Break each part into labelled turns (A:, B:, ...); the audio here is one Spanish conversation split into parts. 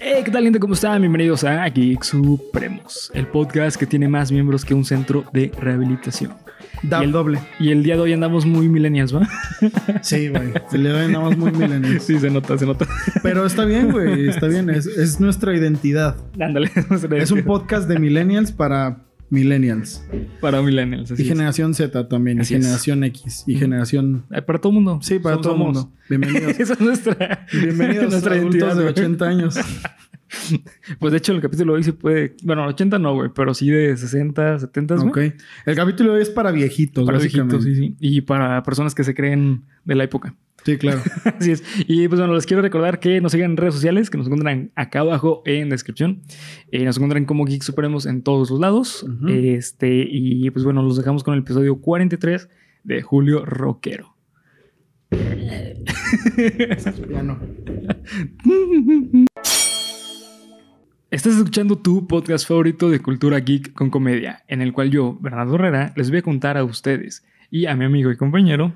A: Hey, ¿qué tal gente? ¿Cómo están? Bienvenidos a Geek Supremos, el podcast que tiene más miembros que un centro de rehabilitación.
B: Da
A: Y el-
B: doble.
A: Y el día de hoy andamos muy millennials, ¿va?
B: Sí, güey. Se le doy nada más muy milenios.
A: Sí, se nota, se nota.
B: Pero está bien, güey. Está bien. Es, es nuestra identidad.
A: Ándale.
B: Es un podcast de millennials para millennials.
A: para millennials.
B: Y
A: Así es.
B: generación Z también. Y
A: Así es.
B: generación X. Y generación...
A: Ay, Para todo el mundo.
B: Sí, para
A: Somos-
B: todo el
A: somos-
B: mundo. Bienvenidos.
A: Esa es nuestra,
B: Bienvenidos
A: nuestra identidad.
B: adultos de
A: güey.
B: 80 años.
A: Pues de hecho, el capítulo de hoy se puede. Bueno, 80 no, güey, pero sí de 60, 70. güey.
B: ok. El capítulo es para viejitos,
A: Para
B: básicamente.
A: viejitos, sí, sí. Y para personas que se creen de la época.
B: sí. claro.
A: Así es. Y pues bueno, les quiero recordar que nos sigan en redes sociales, que nos encuentran acá abajo en descripción. Eh, nos encuentran como Geek Supremos en todos los lados.
B: Ujú.
A: Este, y pues bueno, los dejamos con el episodio 43 de Julio Roquero.
B: Bueno.
A: Estás escuchando tu podcast favorito de cultura geek con comedia, en el cual yo, Bernardo Herrera, les voy a contar a ustedes y a mi amigo y compañero.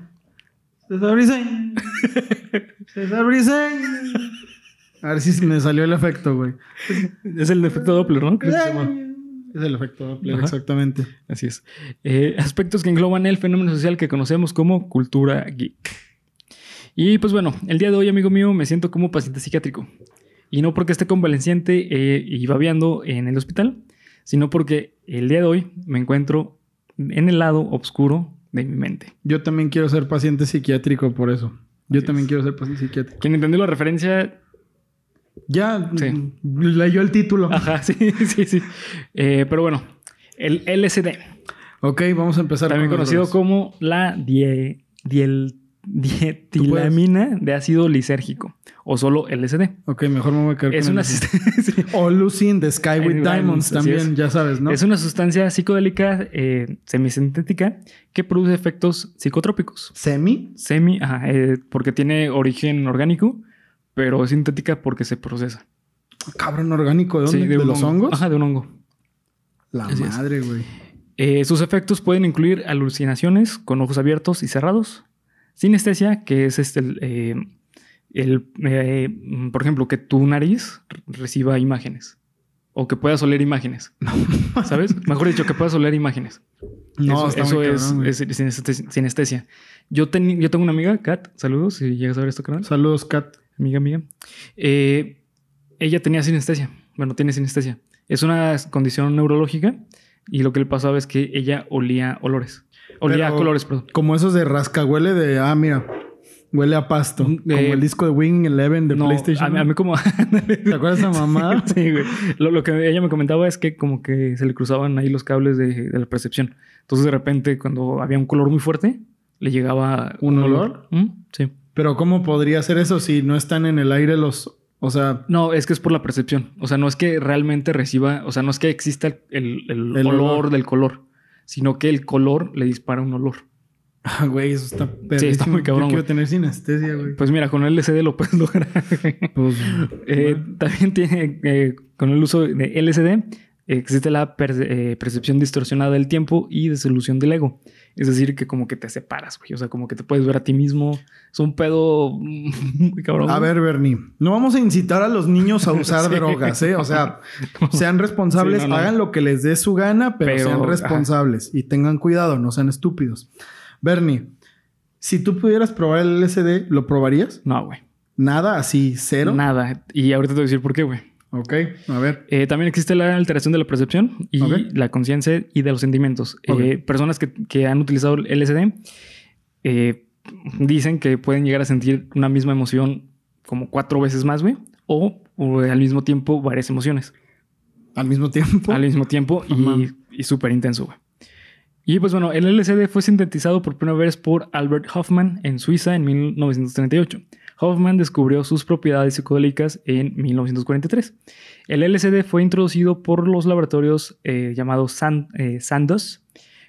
B: César Briseño. César Briseño. A ver si me salió el efecto, güey.
A: Es el defecto Doppler, ¿no? Creo que se llama.
B: Es el efecto Doppler,
A: Ajá.
B: exactamente.
A: Así es. Eh, aspectos que engloban el fenómeno social que conocemos como cultura geek. Y pues bueno, el día de hoy, amigo mío, me siento como paciente psiquiátrico. Y no porque esté convaleciente eh, y babeando en el hospital, sino porque el día de hoy me encuentro en el lado oscuro de mi mente.
B: Yo también quiero ser paciente psiquiátrico por eso. Yo
A: Así
B: también
A: es.
B: quiero ser paciente psiquiátrico.
A: Quien entendió la referencia,
B: Ya
A: Sí.
B: mm, leyó el título.
A: ajá, sí, sí, sí. Eh, pero bueno, el LSD,
B: Ok, vamos a empezar.
A: también
B: con los
A: conocido
B: drogas.
A: como la die- diel- dietilamina de ácido lisérgico o solo LSD.
B: Ok, mejor me voy a quedar
A: Es
B: con
A: una,
B: el-
A: sust- sí.
B: O Lucy in the Sky
A: In
B: with
A: the
B: Diamonds
A: Diamonds, así
B: también, ya sabes, ¿no?
A: es una sustancia psicodélica eh, semisintética que produce efectos psicotrópicos.
B: Semi.
A: Semi, ajá, eh, porque tiene origen orgánico, pero es sintética porque se procesa.
B: Cabrón orgánico, ¿de dónde?
A: Sí,
B: de
A: un
B: los
A: hongo.
B: hongos.
A: Ajá, de un hongo.
B: La
A: Así es.
B: madre, güey.
A: Eh, sus efectos pueden incluir alucinaciones con ojos abiertos y cerrados, sinestesia, que es este, el, eh, el, eh, mm, por ejemplo, que tu nariz re- reciba imágenes o que puedas oler imágenes, ¿sabes? Mejor dicho, que puedas oler imágenes. eso,
B: No, está
A: eso
B: muy
A: es,
B: cabrón, güey.
A: es sinestesia- sinestesia. Yo, teni- yo tengo una amiga, Kat, saludos, si llegas a ver esto, canal.
B: Saludos, Kat.
A: Amiga, amiga. Eh, ella tenía sinestesia. Bueno, tiene sinestesia. Es una condición neurológica y lo que le pasaba es que ella olía olores. Olía
B: Pero-
A: a colores, perdón.
B: Como esos de rascahuele de, ah, mira, huele a pasto.
A: Mm,
B: Como
A: eh,
B: el disco de Wing Eleven de
A: No,
B: PlayStation.
A: A mí, a mí como...
B: ¿Te acuerdas de esa mamá?
A: Sí, güey. Lo, lo que ella me comentaba es que como que se le cruzaban ahí los cables de, de la percepción. Entonces de repente cuando había un color muy fuerte, le llegaba
B: ¿Un olor?
A: ¿Mm? Sí.
B: Pero ¿cómo podría ser eso si no están en el aire los... O sea,
A: No, es que es por la percepción. O sea, no es que realmente reciba, o sea, no es que exista el, el- el
B: El
A: olor,
B: olor.
A: del color, sino que el color le dispara un olor.
B: ah, güey, eso está...
A: Sí, está muy
B: perrísimo.
A: cabrón,
B: Yo quiero
A: güey.
B: tener sinestesia, güey.
A: Pues mira, con el LSD lo puedes lograr.
B: Pues...
A: Eh, También tiene, eh, con el uso de LSD, existe la perce- eh, percepción distorsionada del tiempo y desolución del ego. Es decir, que como que te separas, güey. O sea, como que te puedes ver a ti mismo. Es un pedo muy cabrón.
B: A ver, Bernie, no vamos a incitar a los niños a usar
A: Sí.
B: drogas, ¿eh? O sea, sean responsables,
A: Sí, no, no.
B: hagan lo que les dé su gana, pero,
A: Pero,
B: sean responsables y tengan cuidado, no sean estúpidos. Bernie, si tú pudieras probar el LSD, ¿lo probarías?
A: No, güey.
B: Nada, así, cero.
A: Nada. Y ahorita te voy a decir por qué, güey.
B: Ok, a ver.
A: Eh, también existe la alteración de la percepción y
B: Ok.
A: la conciencia y de los sentimientos. Eh,
B: Ok.
A: personas que, que han utilizado el LSD eh, dicen que pueden llegar a sentir una misma emoción como cuatro veces más, güey, o, o al mismo tiempo varias emociones
B: Al mismo tiempo.
A: al mismo tiempo
B: No mames.
A: y, y súper intenso, güey. Y pues bueno, el LSD fue sintetizado por primera vez por Albert Hoffman en Suiza en 1938. Hoffman descubrió sus propiedades psicodélicas en 1943. El LSD fue introducido por los laboratorios eh, llamados San- eh, Sandoz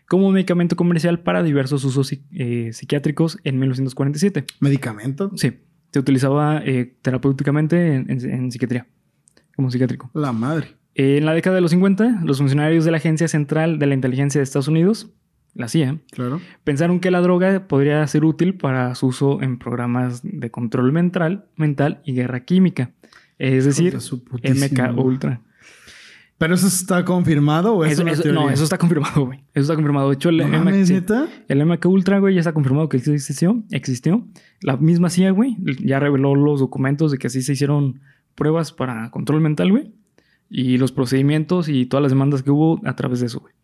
A: como un medicamento comercial para diversos usos psi- eh, psiquiátricos en 1947.
B: ¿Medicamento?
A: Sí, se utilizaba eh, terapéuticamente en- en- en psiquiatría, como psiquiátrico.
B: La madre.
A: En la década de los 50, los funcionarios de la Agencia Central de la Inteligencia de Estados Unidos, la CIA,
B: Claro.
A: pensaron que la droga podría ser útil para su uso en programas de control mental, mental y guerra química. Es decir,
B: Hijos de su putísima
A: MK
B: madre.
A: Ultra.
B: ¿Pero eso está confirmado o es
A: Eso-
B: una
A: eso-
B: teoría?
A: no, eso está confirmado, güey. Eso está confirmado. De hecho, el,
B: No
A: MK
B: mames,
A: sí.
B: neta.
A: El MK Ultra, güey, ya está confirmado que existió. existió. La misma CIA, güey, ya reveló los documentos de que así se hicieron pruebas para control mental, güey. Y los procedimientos y todas las demandas que hubo a través de eso, güey.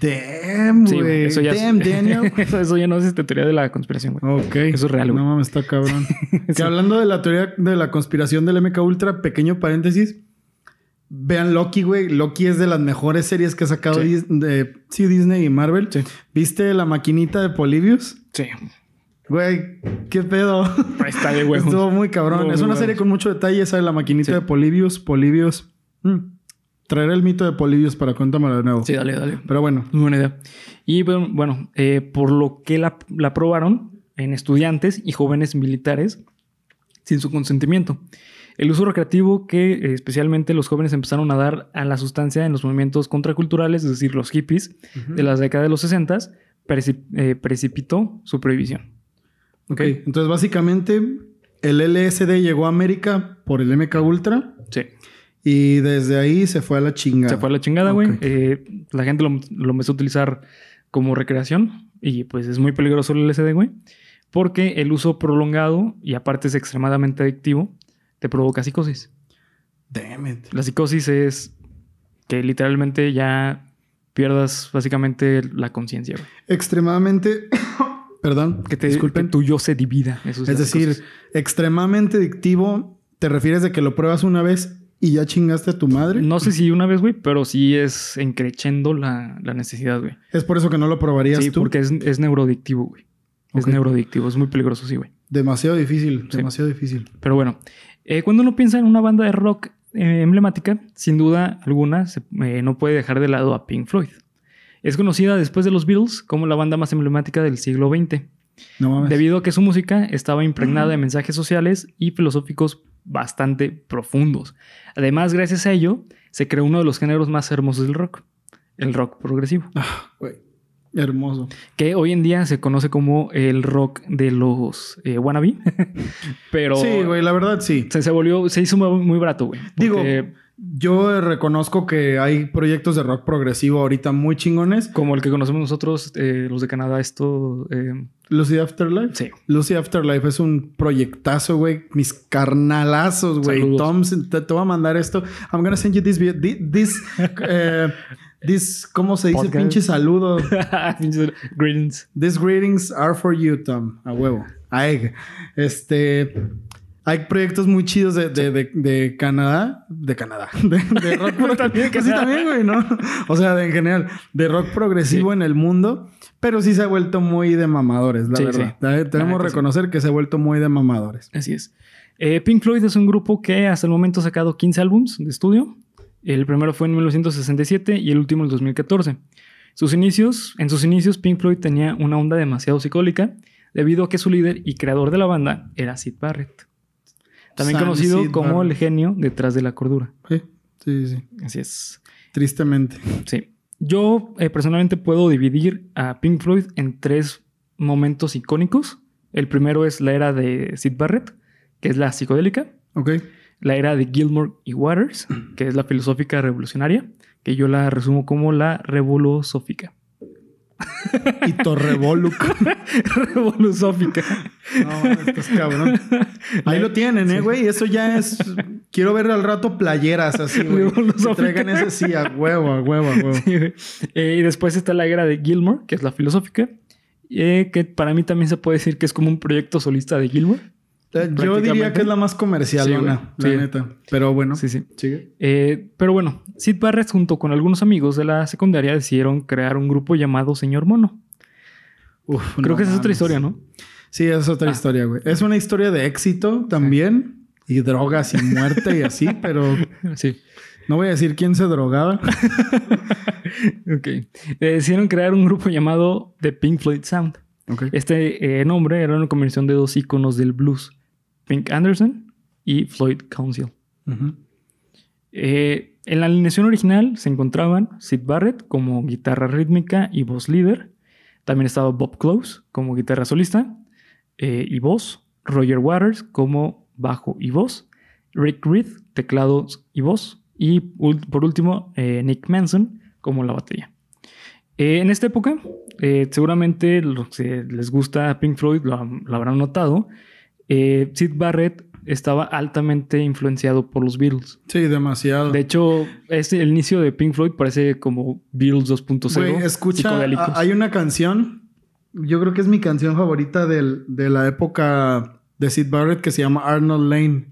B: Damn,
A: Sí, güey,
B: güey.
A: eso ya
B: Damn, Daniel.
A: eso, eso ya no es este teoría de la conspiración, güey.
B: ok.
A: Eso es real, güey.
B: No mames, está cabrón. que
A: Sí.
B: hablando de la teoría de la conspiración del MK Ultra, pequeño paréntesis. Vean Loki, güey. Loki es de las mejores series que ha sacado
A: Sí.
B: Dis- de sí, Disney y Marvel.
A: Sí.
B: ¿Viste la maquinita de Polybius?
A: Sí.
B: Güey, qué pedo.
A: Ahí está de huevos.
B: Estuvo muy cabrón.
A: Estuvo
B: es
A: muy
B: una
A: bueno.
B: serie con mucho detalle esa de la maquinita
A: Sí.
B: de Polybius. Polybius. Mm. Traeré el mito de Polybius para contámelo de nuevo.
A: Sí, dale, dale.
B: Pero bueno.
A: Muy buena idea. Y bueno, bueno, eh, por lo que la, la probaron en estudiantes y jóvenes militares sin su consentimiento. El uso recreativo que eh, especialmente los jóvenes empezaron a dar a la sustancia en los movimientos contraculturales, es decir, los hippies de las décadas de los 60, preci- eh, precipitó su prohibición.
B: Ok. Entonces, básicamente, el LSD llegó a América por el MK Ultra
A: Sí.
B: y desde ahí se fue a la chingada.
A: Se fue a la chingada, güey.
B: Ok.
A: Eh, la gente lo, lo empezó a utilizar como recreación y pues es muy peligroso el LSD, güey. Porque el uso prolongado y aparte es extremadamente adictivo, te provoca psicosis.
B: Damn it.
A: La psicosis es que literalmente ya pierdas básicamente la conciencia, güey.
B: Extremadamente. Perdón.
A: Que te
B: disculpen.
A: que tu yo se divida. Eso
B: Es
A: la
B: decir,
A: psicosis.
B: extremadamente adictivo. ¿Te refieres de que lo pruebas una vez y ya chingaste a tu madre?
A: no sé si una vez, güey, pero sí es encrechendo la, la necesidad, güey.
B: Es por eso que no lo probarías
A: Sí,
B: tú.
A: porque es, es neurodictivo, güey. Es
B: Ok.
A: neurodictivo, es muy peligroso, sí, güey.
B: Demasiado difícil,
A: Sí.
B: demasiado difícil.
A: Pero bueno, eh, cuando uno piensa en una banda de rock eh, emblemática, sin duda alguna se- eh, no puede dejar de lado a Pink Floyd. Es conocida después de los Beatles como la banda más emblemática del siglo XX,
B: No mames.
A: debido a que su música estaba impregnada de mensajes sociales y filosóficos bastante profundos. Además, gracias a ello, se creó uno de los géneros más hermosos del rock, el rock progresivo,
B: Ah, güey. Hermoso.
A: que hoy en día se conoce como el rock de los eh, wannabe, pero
B: Sí, güey, la verdad sí.
A: se, se volvió, se hizo muy, muy barato, güey.
B: Digo,
A: Porque
B: Yo eh, reconozco que hay proyectos de rock progresivo ahorita muy chingones.
A: como el que conocemos nosotros, eh, los de Canadá, esto. eh,
B: Lucy Afterlife.
A: sí,
B: Lucy Afterlife es un proyectazo, güey. Mis carnalazos, güey.
A: Saludos.
B: Tom, te, te voy a mandar esto. I'm gonna send you this... video- thi- This... eh, this... ¿Cómo se dice?
A: Podcast.
B: Pinche saludo.
A: Pinches Greetings.
B: These greetings are for you, Tom. A huevo. Ay, este. Hay proyectos muy chidos de, de, de, de Canadá. De Canadá. De, de rock pro-
A: También
B: Pues sí,
A: Canadá.
B: también, güey, ¿no? O sea, de- en general, de rock progresivo en el mundo. Pero sí se ha vuelto muy de mamadores, la
A: Sí,
B: verdad. Eh, Tenemos
A: que
B: que
A: sí.
B: reconocer que se ha vuelto muy de mamadores.
A: Así es. Eh, Pink Floyd es un grupo que hasta el momento ha sacado 15 álbums de estudio. El primero fue en 1967 y el último en 2014. Sus inicios, en sus inicios, Pink Floyd tenía una onda demasiado psicólica debido a que su líder y creador de la banda era Sid Barrett. También
B: San
A: conocido
B: Sid
A: como
B: Barrett.
A: el genio detrás de la cordura.
B: Sí, sí, sí.
A: Así es.
B: Tristemente.
A: Sí. Yo eh, personalmente puedo dividir a Pink Floyd en tres momentos icónicos. El primero es la era de Sid Barrett, que es la psicodélica.
B: Ok.
A: La era de Gilmore y Waters, que es la filosófica revolucionaria, que yo la resumo como la revolosófica.
B: Y Torrevoluc.
A: revolosófica.
B: No, estás cabrón. Ahí lo tienen, ¿eh, güey? Eso ya es... Quiero ver al rato playeras así, güey. Que
A: Filosófica.
B: traigan ese sí a huevo, a huevo, a huevo.
A: Sí, güey. Eh, y después está la era de Gilmore, que es la filosófica, eh, que para mí también se puede decir que es como un proyecto solista de Gilmore.
B: Eh, Yo diría
A: Prácticamente.
B: que es la más comercial,
A: Sí, güey.
B: la
A: Sí.
B: neta. Pero bueno.
A: Sí, sí.
B: Sigue.
A: Eh, pero bueno, Sid Barrett junto con algunos amigos de la secundaria decidieron crear un grupo llamado Señor Mono.
B: Uf,
A: Creo
B: no
A: que esa es otra
B: mames.
A: historia, ¿no?
B: Sí, es otra
A: Ah.
B: historia, güey. Es una historia de éxito también. Y drogas y muerte y así, pero
A: Sí.
B: no voy a decir quién se drogaba.
A: Ok. Eh, decidieron crear un grupo llamado The Pink Floyd Sound.
B: Ok.
A: Este eh, nombre era una combinación de dos íconos del blues, Pink Anderson y Floyd Council.
B: Ujú.
A: Eh, en la alineación original se encontraban Sid Barrett como guitarra rítmica y voz líder. También estaba Bob Close como guitarra solista eh, y voz. Roger Waters como bajo y voz. Rick Reed, teclados y voz. Y ul- por último, eh, Nick Manson como la batería. Eh, en esta época, eh, seguramente los que les gusta Pink Floyd lo, han- lo habrán notado. eh, Sid Barrett estaba altamente influenciado por los Beatles.
B: Sí, demasiado.
A: De hecho, este, el inicio de Pink Floyd parece como Beatles 2.0.
B: Güey, escucha,
A: psicodélicos.
B: a- hay una canción, yo creo que es mi canción favorita del- de la época de Sid Barrett que se llama Arnold Lane,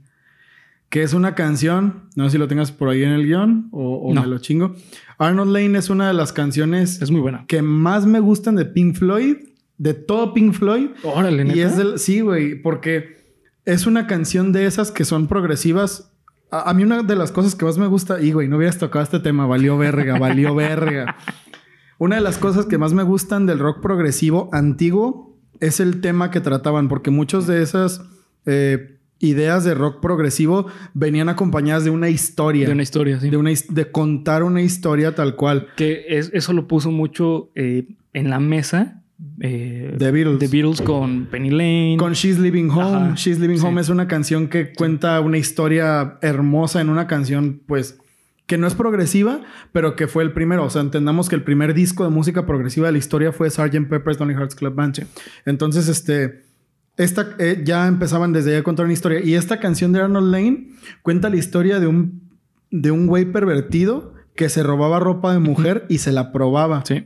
B: que es una canción, no sé si lo tengas por ahí en el guión o, o
A: No.
B: me lo chingo. Arnold Lane es una de las canciones
A: Es muy buena.
B: que más me gustan de Pink Floyd, de todo Pink Floyd,
A: Órale,
B: y
A: ¿neta?
B: es del, sí, güey, porque es una canción de esas que son progresivas. A, a mí una de las cosas que más me gusta, y güey, no hubieras tocado este tema, valió verga, valió verga. Una de las cosas que más me gustan del rock progresivo antiguo es el tema que trataban, porque muchas de esas eh, ideas de rock progresivo venían acompañadas de una historia,
A: de una historia, sí.
B: de, una his- de contar una historia tal cual.
A: Que es- eso lo puso mucho eh, en la mesa. eh,
B: The Beatles.
A: The Beatles con Penny Lane.
B: Con She's Living Home.
A: Ajá,
B: She's Living
A: sí.
B: Home es una canción que cuenta una historia hermosa en una canción, pues, que no es progresiva, pero que fue el primero. O sea, entendamos que el primer disco de música progresiva de la historia fue Sgt. Pepper's Lonely Hearts Club Band. Entonces, este... Esta, eh, ya empezaban desde ahí a contar una historia. Y esta canción de Arnold Lane cuenta la historia de un, de un güey pervertido que se robaba ropa de mujer y se la probaba.
A: Sí.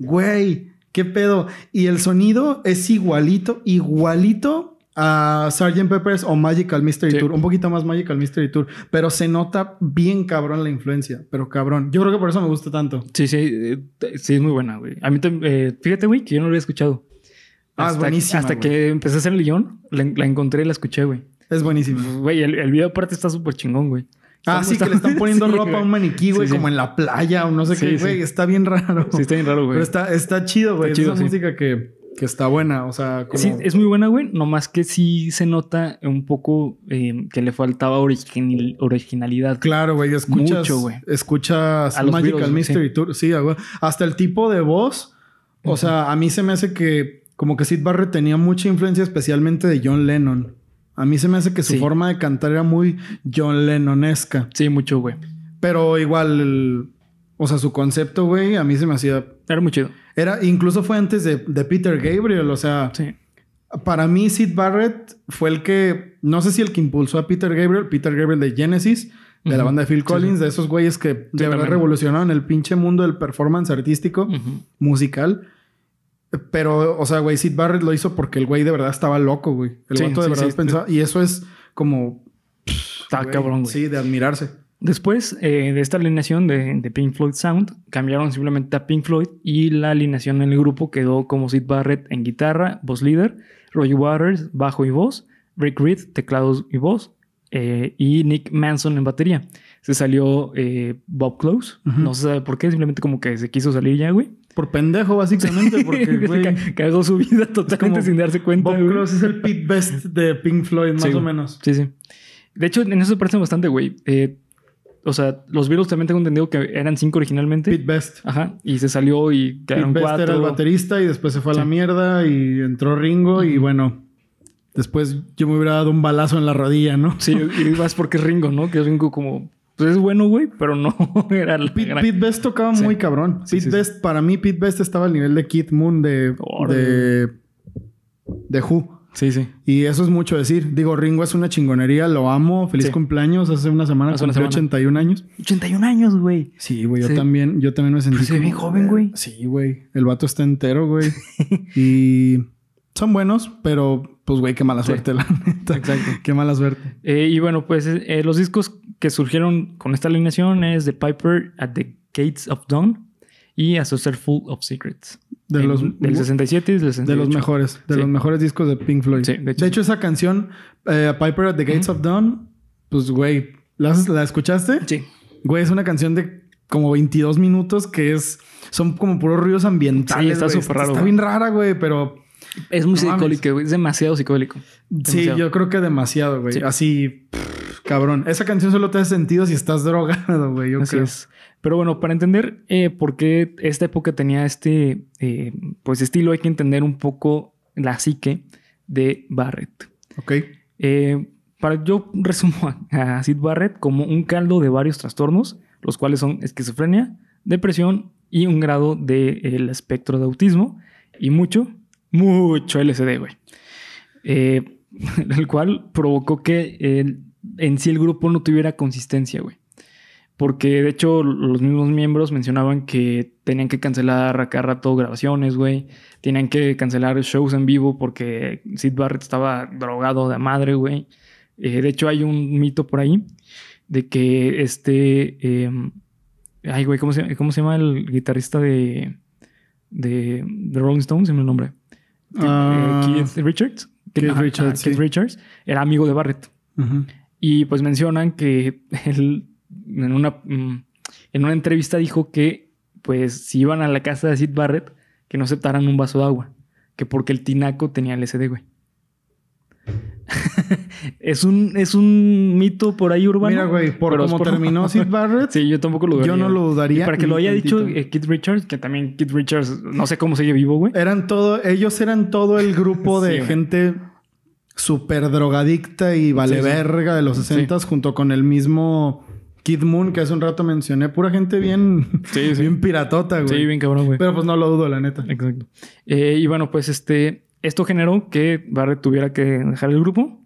B: Güey, qué pedo. Y el sonido es igualito, igualito a Sgt. Pepper's o Magical Mystery
A: Sí.
B: Tour. Un poquito más Magical Mystery Tour. Pero se nota bien cabrón la influencia. Pero cabrón. Yo creo que por eso me gusta tanto.
A: Sí, sí, eh, t- sí, es muy buena, güey. A mí también, eh, fíjate, güey, que yo no la había escuchado.
B: Ah, es
A: hasta,
B: buenísima,
A: Hasta
B: güey.
A: que empecé a hacer el guión, la, en- la encontré y la escuché, güey.
B: Es buenísimo.
A: Güey, el, el video aparte está súper chingón, güey.
B: Ah,
A: Mm. Está-
B: sí,
A: está-
B: que le están poniendo
A: sí,
B: ropa a un maniquí, güey,
A: Sí, sí.
B: como en la playa o no sé
A: Sí,
B: qué,
A: sí.
B: güey. Está bien raro.
A: Sí, está bien raro, güey.
B: Pero está, está chido, güey. Es
A: chido,
B: una
A: sí.
B: música que, que está buena. O sea, como...
A: Sí, es muy buena, güey. Nomás que sí se nota un poco eh, que le faltaba original- originalidad.
B: Claro, güey, escuchas,
A: Mucho, güey.
B: escuchas
A: A los
B: Magical
A: Beatles,
B: Mystery Tour, sí, a huevo. hasta el tipo de voz, o sea, a mí se me hace que como que Sid Barrett tenía mucha influencia especialmente de John Lennon. A mí se me hace que su
A: Sí.
B: forma de cantar era muy John Lennonesca,
A: Sí, mucho, güey.
B: pero igual, el- o sea, su concepto, güey, a mí se me hacía
A: Era muy chido.
B: era incluso fue antes de, de Peter Gabriel, o sea,
A: Sí.
B: para mí Sid Barrett fue el que, no sé si el que impulsó a Peter Gabriel, Peter Gabriel de Genesis, de la
A: Ujú.
B: banda de Phil
A: Sí,
B: Collins, de esos güeyes que de verdad
A: también.
B: revolucionaron el pinche mundo del performance artístico,
A: Ujú.
B: musical. Pero, o sea, güey, Sid Barrett lo hizo porque el güey de verdad estaba loco, güey. El
A: Sí,
B: vato de
A: sí,
B: verdad
A: sí.
B: pensaba... Y eso es como...
A: Está cabrón, güey.
B: Sí, de admirarse.
A: Después eh, de esta alineación de, de Pink Floyd Sound, cambiaron simplemente a Pink Floyd y la alineación en el grupo quedó como Sid Barrett en guitarra, voz líder, Roy Waters, bajo y voz, Rick Reed, teclados y voz, eh, y Nick Manson en batería. Se salió eh, Bob Close,
B: Ujú.
A: no se sabe por qué, simplemente como que se quiso salir ya, güey.
B: Por pendejo, básicamente, porque, güey...
A: Ca- cagó su vida totalmente
B: como
A: sin darse cuenta.
B: Bob
A: güey.
B: Cross es el pit best de Pink Floyd, más
A: Sí,
B: o
A: güey.
B: menos.
A: Sí, sí. De hecho, en eso se parecen bastante, güey. Eh, o sea, los Beatles también tengo entendido que eran cinco originalmente.
B: Pit best.
A: Ajá, y se salió y quedaron
B: Pete Best
A: cuatro.
B: era el baterista y después se fue a la
A: Sí.
B: mierda y entró Ringo y bueno, después yo me hubiera dado un balazo en la rodilla, ¿no?
A: Sí, y vas porque es Ringo, ¿no? Que Ringo como, pues es bueno, güey, pero no era la
B: Pete,
A: gran-
B: Pete Best tocaba
A: Sí.
B: muy cabrón.
A: Sí,
B: Pete
A: sí, sí.
B: Best, para mí, Pete Best estaba al nivel de Kid Moon de,
A: Órale.
B: de, de Who.
A: Sí, sí.
B: Y eso es mucho decir. Digo, Ringo es una chingonería, lo amo. Feliz
A: Sí.
B: cumpleaños. Hace una semana
A: Hace una
B: cumplí
A: semana.
B: 81 años.
A: 81 años, güey.
B: Sí, güey, yo
A: Sí.
B: también, yo también me sentí.
A: Pero se ve bien joven, güey.
B: Sí, güey. El vato está entero, güey. y son buenos, pero pues, güey, qué mala
A: Sí.
B: suerte, la neta.
A: Exacto.
B: Qué mala suerte.
A: Eh, y bueno, pues eh, los discos que surgieron con esta alineación es The Piper at the Gates of Dawn y A Saucer Full of Secrets.
B: De
A: En-
B: los,
A: del 67 y del 68.
B: de los mejores, de
A: Sí.
B: los mejores discos de Pink Floyd.
A: Sí,
B: de,
A: de
B: hecho,
A: hecho,
B: esa canción, eh, Piper at the Gates of Dawn, pues, güey, ¿la, la escuchaste?
A: Sí.
B: Güey, es una canción de como 22 minutos que es. Son como puros ruidos ambientales.
A: Sí, está
B: güey.
A: súper raro,
B: Está
A: güey.
B: bien rara, güey, pero.
A: Es muy
B: No mames.
A: psicólico, güey. Es demasiado psicólico.
B: Sí,
A: Demasiado.
B: yo creo que demasiado, güey.
A: Sí.
B: Así, pff, cabrón. Esa canción solo te hace sentido si estás drogado, güey. Yo
A: Así
B: creo.
A: es. Pero bueno, para entender eh, por qué esta época tenía este eh, pues estilo, hay que entender un poco la psique de Barrett.
B: Ok.
A: Eh, Para, yo resumo a, a Sid Barrett como un caldo de varios trastornos, los cuales son esquizofrenia, depresión y un grado del el espectro de autismo y mucho, mucho LSD, güey. Eh, el cual provocó que eh, en sí el grupo no tuviera consistencia, güey. Porque de hecho los mismos miembros mencionaban que tenían que cancelar a cada rato grabaciones, güey. Tenían que cancelar shows en vivo porque Sid Barrett estaba drogado de madre, güey. Eh, de hecho hay un mito por ahí de que este... ay, güey, ¿cómo se, ¿cómo se llama el guitarrista de de, de Rolling Stones, se me el nombre. Uh, Keith Richards.
B: Ah, Keith
A: Ajá,
B: Richards,
A: Keith
B: sí.
A: Richards era amigo de Barrett.
B: Ujú.
A: Y pues mencionan que él en una, mm, en una entrevista dijo que pues si iban a la casa de Sid Barrett, que no aceptaran un vaso de agua. Que porque el tinaco tenía LSD, güey. es, un, es un mito por ahí urbano.
B: Mira, güey, por
A: pero es
B: cómo terminó Sid Barrett,
A: Sí, yo tampoco lo dudaría.
B: yo no lo
A: Y
B: dudaría.
A: para que lo
B: ni
A: haya dicho
B: tantito. Eh,
A: eh, Keith Richards, que también Keith Richards, no sé cómo sigue vivo, güey.
B: Eran todo, ellos eran todo el grupo
A: Sí,
B: de
A: güey.
B: gente súper drogadicta y vale
A: Sí, sí.
B: verga de los 60 junto con el mismo Kid Moon que hace un rato mencioné. Pura gente bien,
A: Sí, sí.
B: bien piratota, güey.
A: Sí, bien cabrón, güey.
B: Pero pues no lo dudo, la neta.
A: Exacto. Eh, y bueno, pues este, esto generó que Barrett tuviera que dejar el grupo.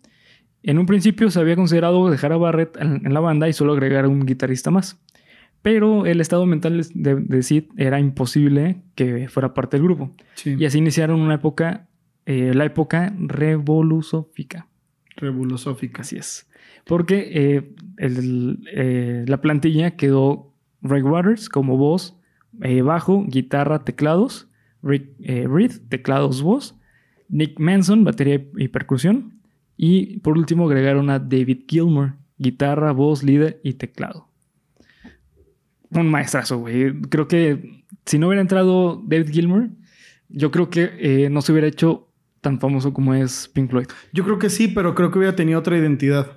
A: En un principio se había considerado dejar a Barrett en, en la banda y solo agregar un guitarrista más. Pero el estado mental de, de Sid era imposible que fuera parte del grupo.
B: Sí.
A: Y así iniciaron una época, eh, la época revolusófica.
B: Revolosófica.
A: Así es. Porque eh, el- eh, la plantilla quedó Ray Waters como voz, eh, bajo, guitarra, teclados, Rick eh, Reed, teclados, voz, Nick Manson, batería y percusión, y por último agregaron a David Gilmour, guitarra, voz, líder y teclado. Un maestrazo, güey. Creo que si no hubiera entrado David Gilmour, yo creo que eh, no se hubiera hecho tan famoso como es Pink Floyd.
B: Yo creo que sí, pero creo que hubiera tenido otra identidad.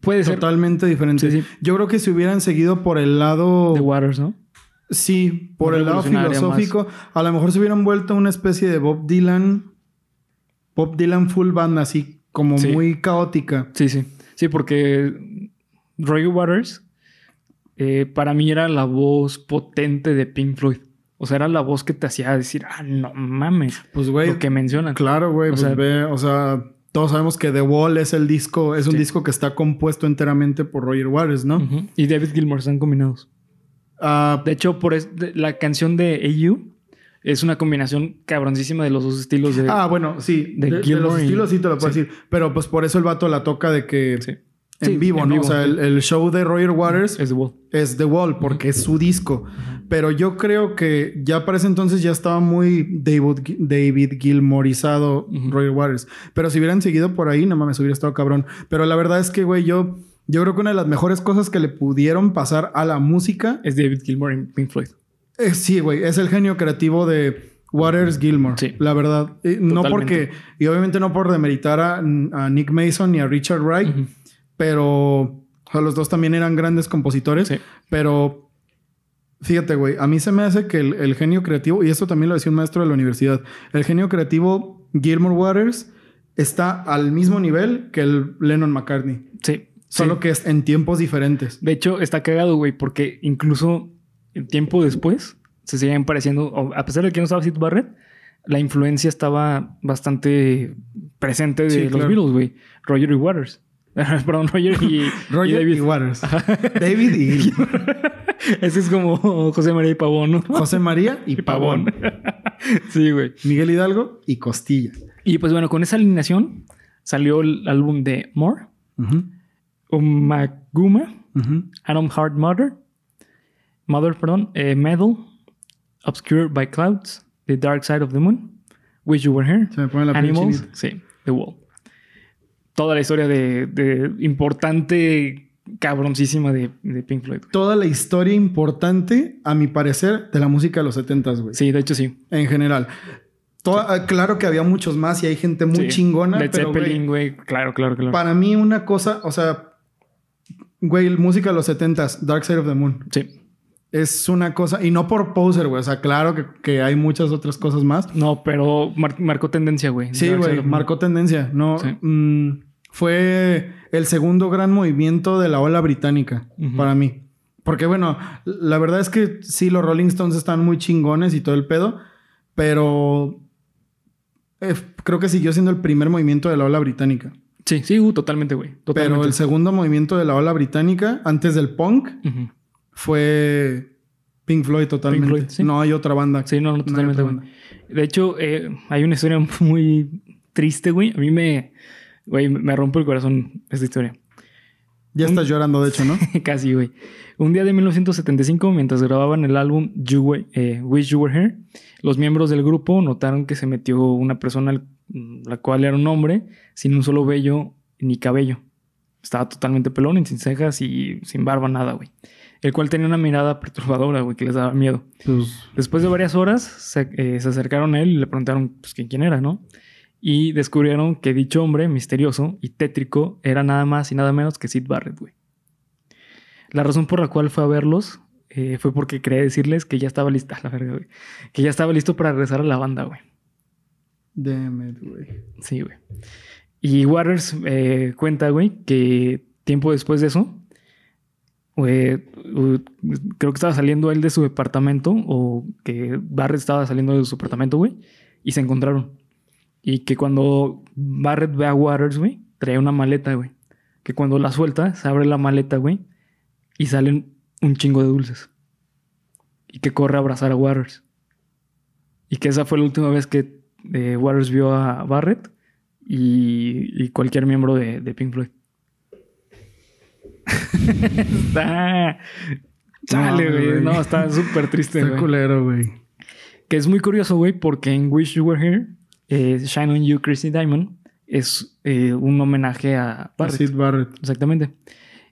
A: Puede ser
B: Totalmente diferente.
A: Sí, sí.
B: Yo creo que si hubieran seguido por el lado...
A: de Waters, ¿no?
B: Sí, por el lado
A: Revolucionaria
B: filosófico. A lo mejor se hubieran vuelto una especie de Bob Dylan. Bob Dylan full band, así como
A: Sí.
B: muy caótica.
A: Sí, sí. Sí, porque Roy Waters eh, para mí era la voz potente de Pink Floyd. O sea, era la voz que te hacía decir, ah, no mames,
B: Pues, güey.
A: lo que mencionan.
B: Claro, güey.
A: O
B: pues
A: sea-
B: ve, o sea, todos sabemos que The Wall es el disco, es un
A: Sí.
B: disco que está compuesto enteramente por Roger Waters, ¿no?
A: Ujú. Y David Gilmour están combinados.
B: Ah,
A: De hecho, por es- de- la canción de AU es una combinación cabroncísima de los dos estilos de...
B: ah, bueno, sí.
A: de
B: De, de
A: Gilmour
B: los
A: y-
B: estilos sí te lo puedo
A: sí.
B: decir. Pero pues por eso el vato la toca de que
A: Sí.
B: en
A: Sí,
B: vivo,
A: en
B: ¿no?
A: vivo,
B: o sea,
A: sí.
B: el, el show de Roger Waters
A: Es The Wall.
B: es The Wall porque es su disco. Pero yo creo que ya para ese entonces ya estaba muy David, Gi- David Gilmorizado
A: Ujú.
B: Roger Waters. Pero si hubieran seguido por ahí, no mames, hubiera estado cabrón. Pero la verdad es que, güey, yo, yo creo que una de las mejores cosas que le pudieron pasar a la música...
A: Es David Gilmour en Pink Floyd.
B: eh, sí, güey, es el genio creativo de... Waters Gilmore,
A: Sí.
B: la verdad. Eh, no
A: Totalmente.
B: porque, y obviamente no por demeritar a, a Nick Mason ni a Richard Wright,
A: Ujú.
B: pero o sea, los dos también eran grandes compositores.
A: Sí.
B: Pero fíjate, güey, a mí se me hace que el, el genio creativo, y esto también lo decía un maestro de la universidad, el genio creativo Gilmore Waters está al mismo nivel que el Lennon McCartney,
A: Sí.
B: solo
A: Sí.
B: que es en tiempos diferentes.
A: De hecho, está cagado, güey, porque incluso tiempo después se siguen pareciendo, o- a pesar de que no estaba Sid Barrett, la influencia estaba bastante presente de
B: Sí,
A: los
B: claro.
A: Beatles, güey. Roger y Waters. Perdón, Roger y,
B: Roger
A: y
B: y,
A: David.
B: Waters. David y Gilmour.
A: Ese es como José María y Pavón, ¿no?
B: José María y Pavón.
A: sí, güey.
B: Miguel Hidalgo y Costilla.
A: Y pues bueno, con esa alineación salió el álbum de More,
B: Ujú,
A: Umaguma,
B: ujú.
A: Adam Hard Mother, Mother, perdón, eh, Metal, Obscured by Clouds, The Dark Side of the Moon, Wish You Were Here,
B: Se me pone la piel
A: Animals,
B: chinita.
A: sí, The Wall. Toda la historia de, de importante, cabroncísima de, de Pink Floyd. güey.
B: Toda la historia importante, a mi parecer, de la música de los 70s, güey.
A: Sí, de hecho sí.
B: en general. Toda- ah, claro que había muchos más y hay gente muy
A: Sí.
B: chingona,
A: Led
B: pero güey,
A: Zeppelin, güey. Claro, claro, claro.
B: para mí una cosa, o sea, güey, música de los 70s, Dark Side of the Moon,
A: sí.
B: es una cosa, y no por poser, güey, o sea, claro que, que hay muchas otras cosas más.
A: No, pero mar- marcó tendencia, güey.
B: Sí,
A: Dark Side
B: güey,
A: of the Moon.
B: marcó tendencia, no,
A: Sí.
B: mm, fue el segundo gran movimiento de la ola británica
A: Ujú.
B: para mí. Porque bueno, la verdad es que sí, los Rolling Stones están muy chingones y todo el pedo, pero eh, creo que siguió siendo el primer movimiento de la ola británica.
A: Sí, sí, uh, totalmente, güey. Totalmente.
B: Pero el segundo movimiento de la ola británica, antes del punk,
A: Ujú.
B: fue Pink Floyd totalmente.
A: Pink Floyd, sí.
B: No hay otra banda.
A: Sí, no, no,
B: No hay
A: totalmente,
B: otra
A: güey.
B: banda.
A: De hecho, eh, hay una historia muy triste, güey. A mí me, güey, me rompe el corazón esta historia.
B: Ya estás llorando, de hecho, ¿no?
A: Casi, güey. Un día de 1975, mientras grababan el álbum You Were- eh, Wish You Were Here, los miembros del grupo notaron que se metió una persona, al- mm, la cual era un hombre, sin un solo vello ni cabello. Estaba totalmente pelón, y sin cejas y sin barba, nada, güey. El cual tenía una mirada perturbadora, güey, que les daba miedo.
B: Pues,
A: Después de varias horas, se, eh, se acercaron a él y le preguntaron pues, que quién era, ¿no? Y descubrieron que dicho hombre misterioso y tétrico era nada más y nada menos que Sid Barrett, güey. La razón por la cual fue a verlos eh, fue porque quería decirles que ya estaba lista, la verga, güey. Que ya estaba listo para regresar a la banda, güey.
B: damn it, güey.
A: Sí, güey. Y Waters eh, cuenta, güey, que tiempo después de eso, güey, u- creo que estaba saliendo él de su departamento o que Barrett estaba saliendo de su departamento, güey, y se encontraron. Y que cuando Barrett ve a Waters, güey, trae una maleta, güey. Que cuando la suelta, se abre la maleta, güey, y salen un chingo de dulces. Y que corre a abrazar a Waters. Y que esa fue la última vez que eh, Waters vio a Barrett y, y cualquier miembro de, de Pink Floyd. está. Chale,
B: No,
A: güey.
B: güey.
A: No, está súper triste,
B: Está
A: güey.
B: culero, güey.
A: Que es muy curioso, güey, porque en Wish You Were Here, eh, Shine on You, Chrissy Diamond, es eh, un homenaje a Barrett.
B: Sid Barrett.
A: Exactamente.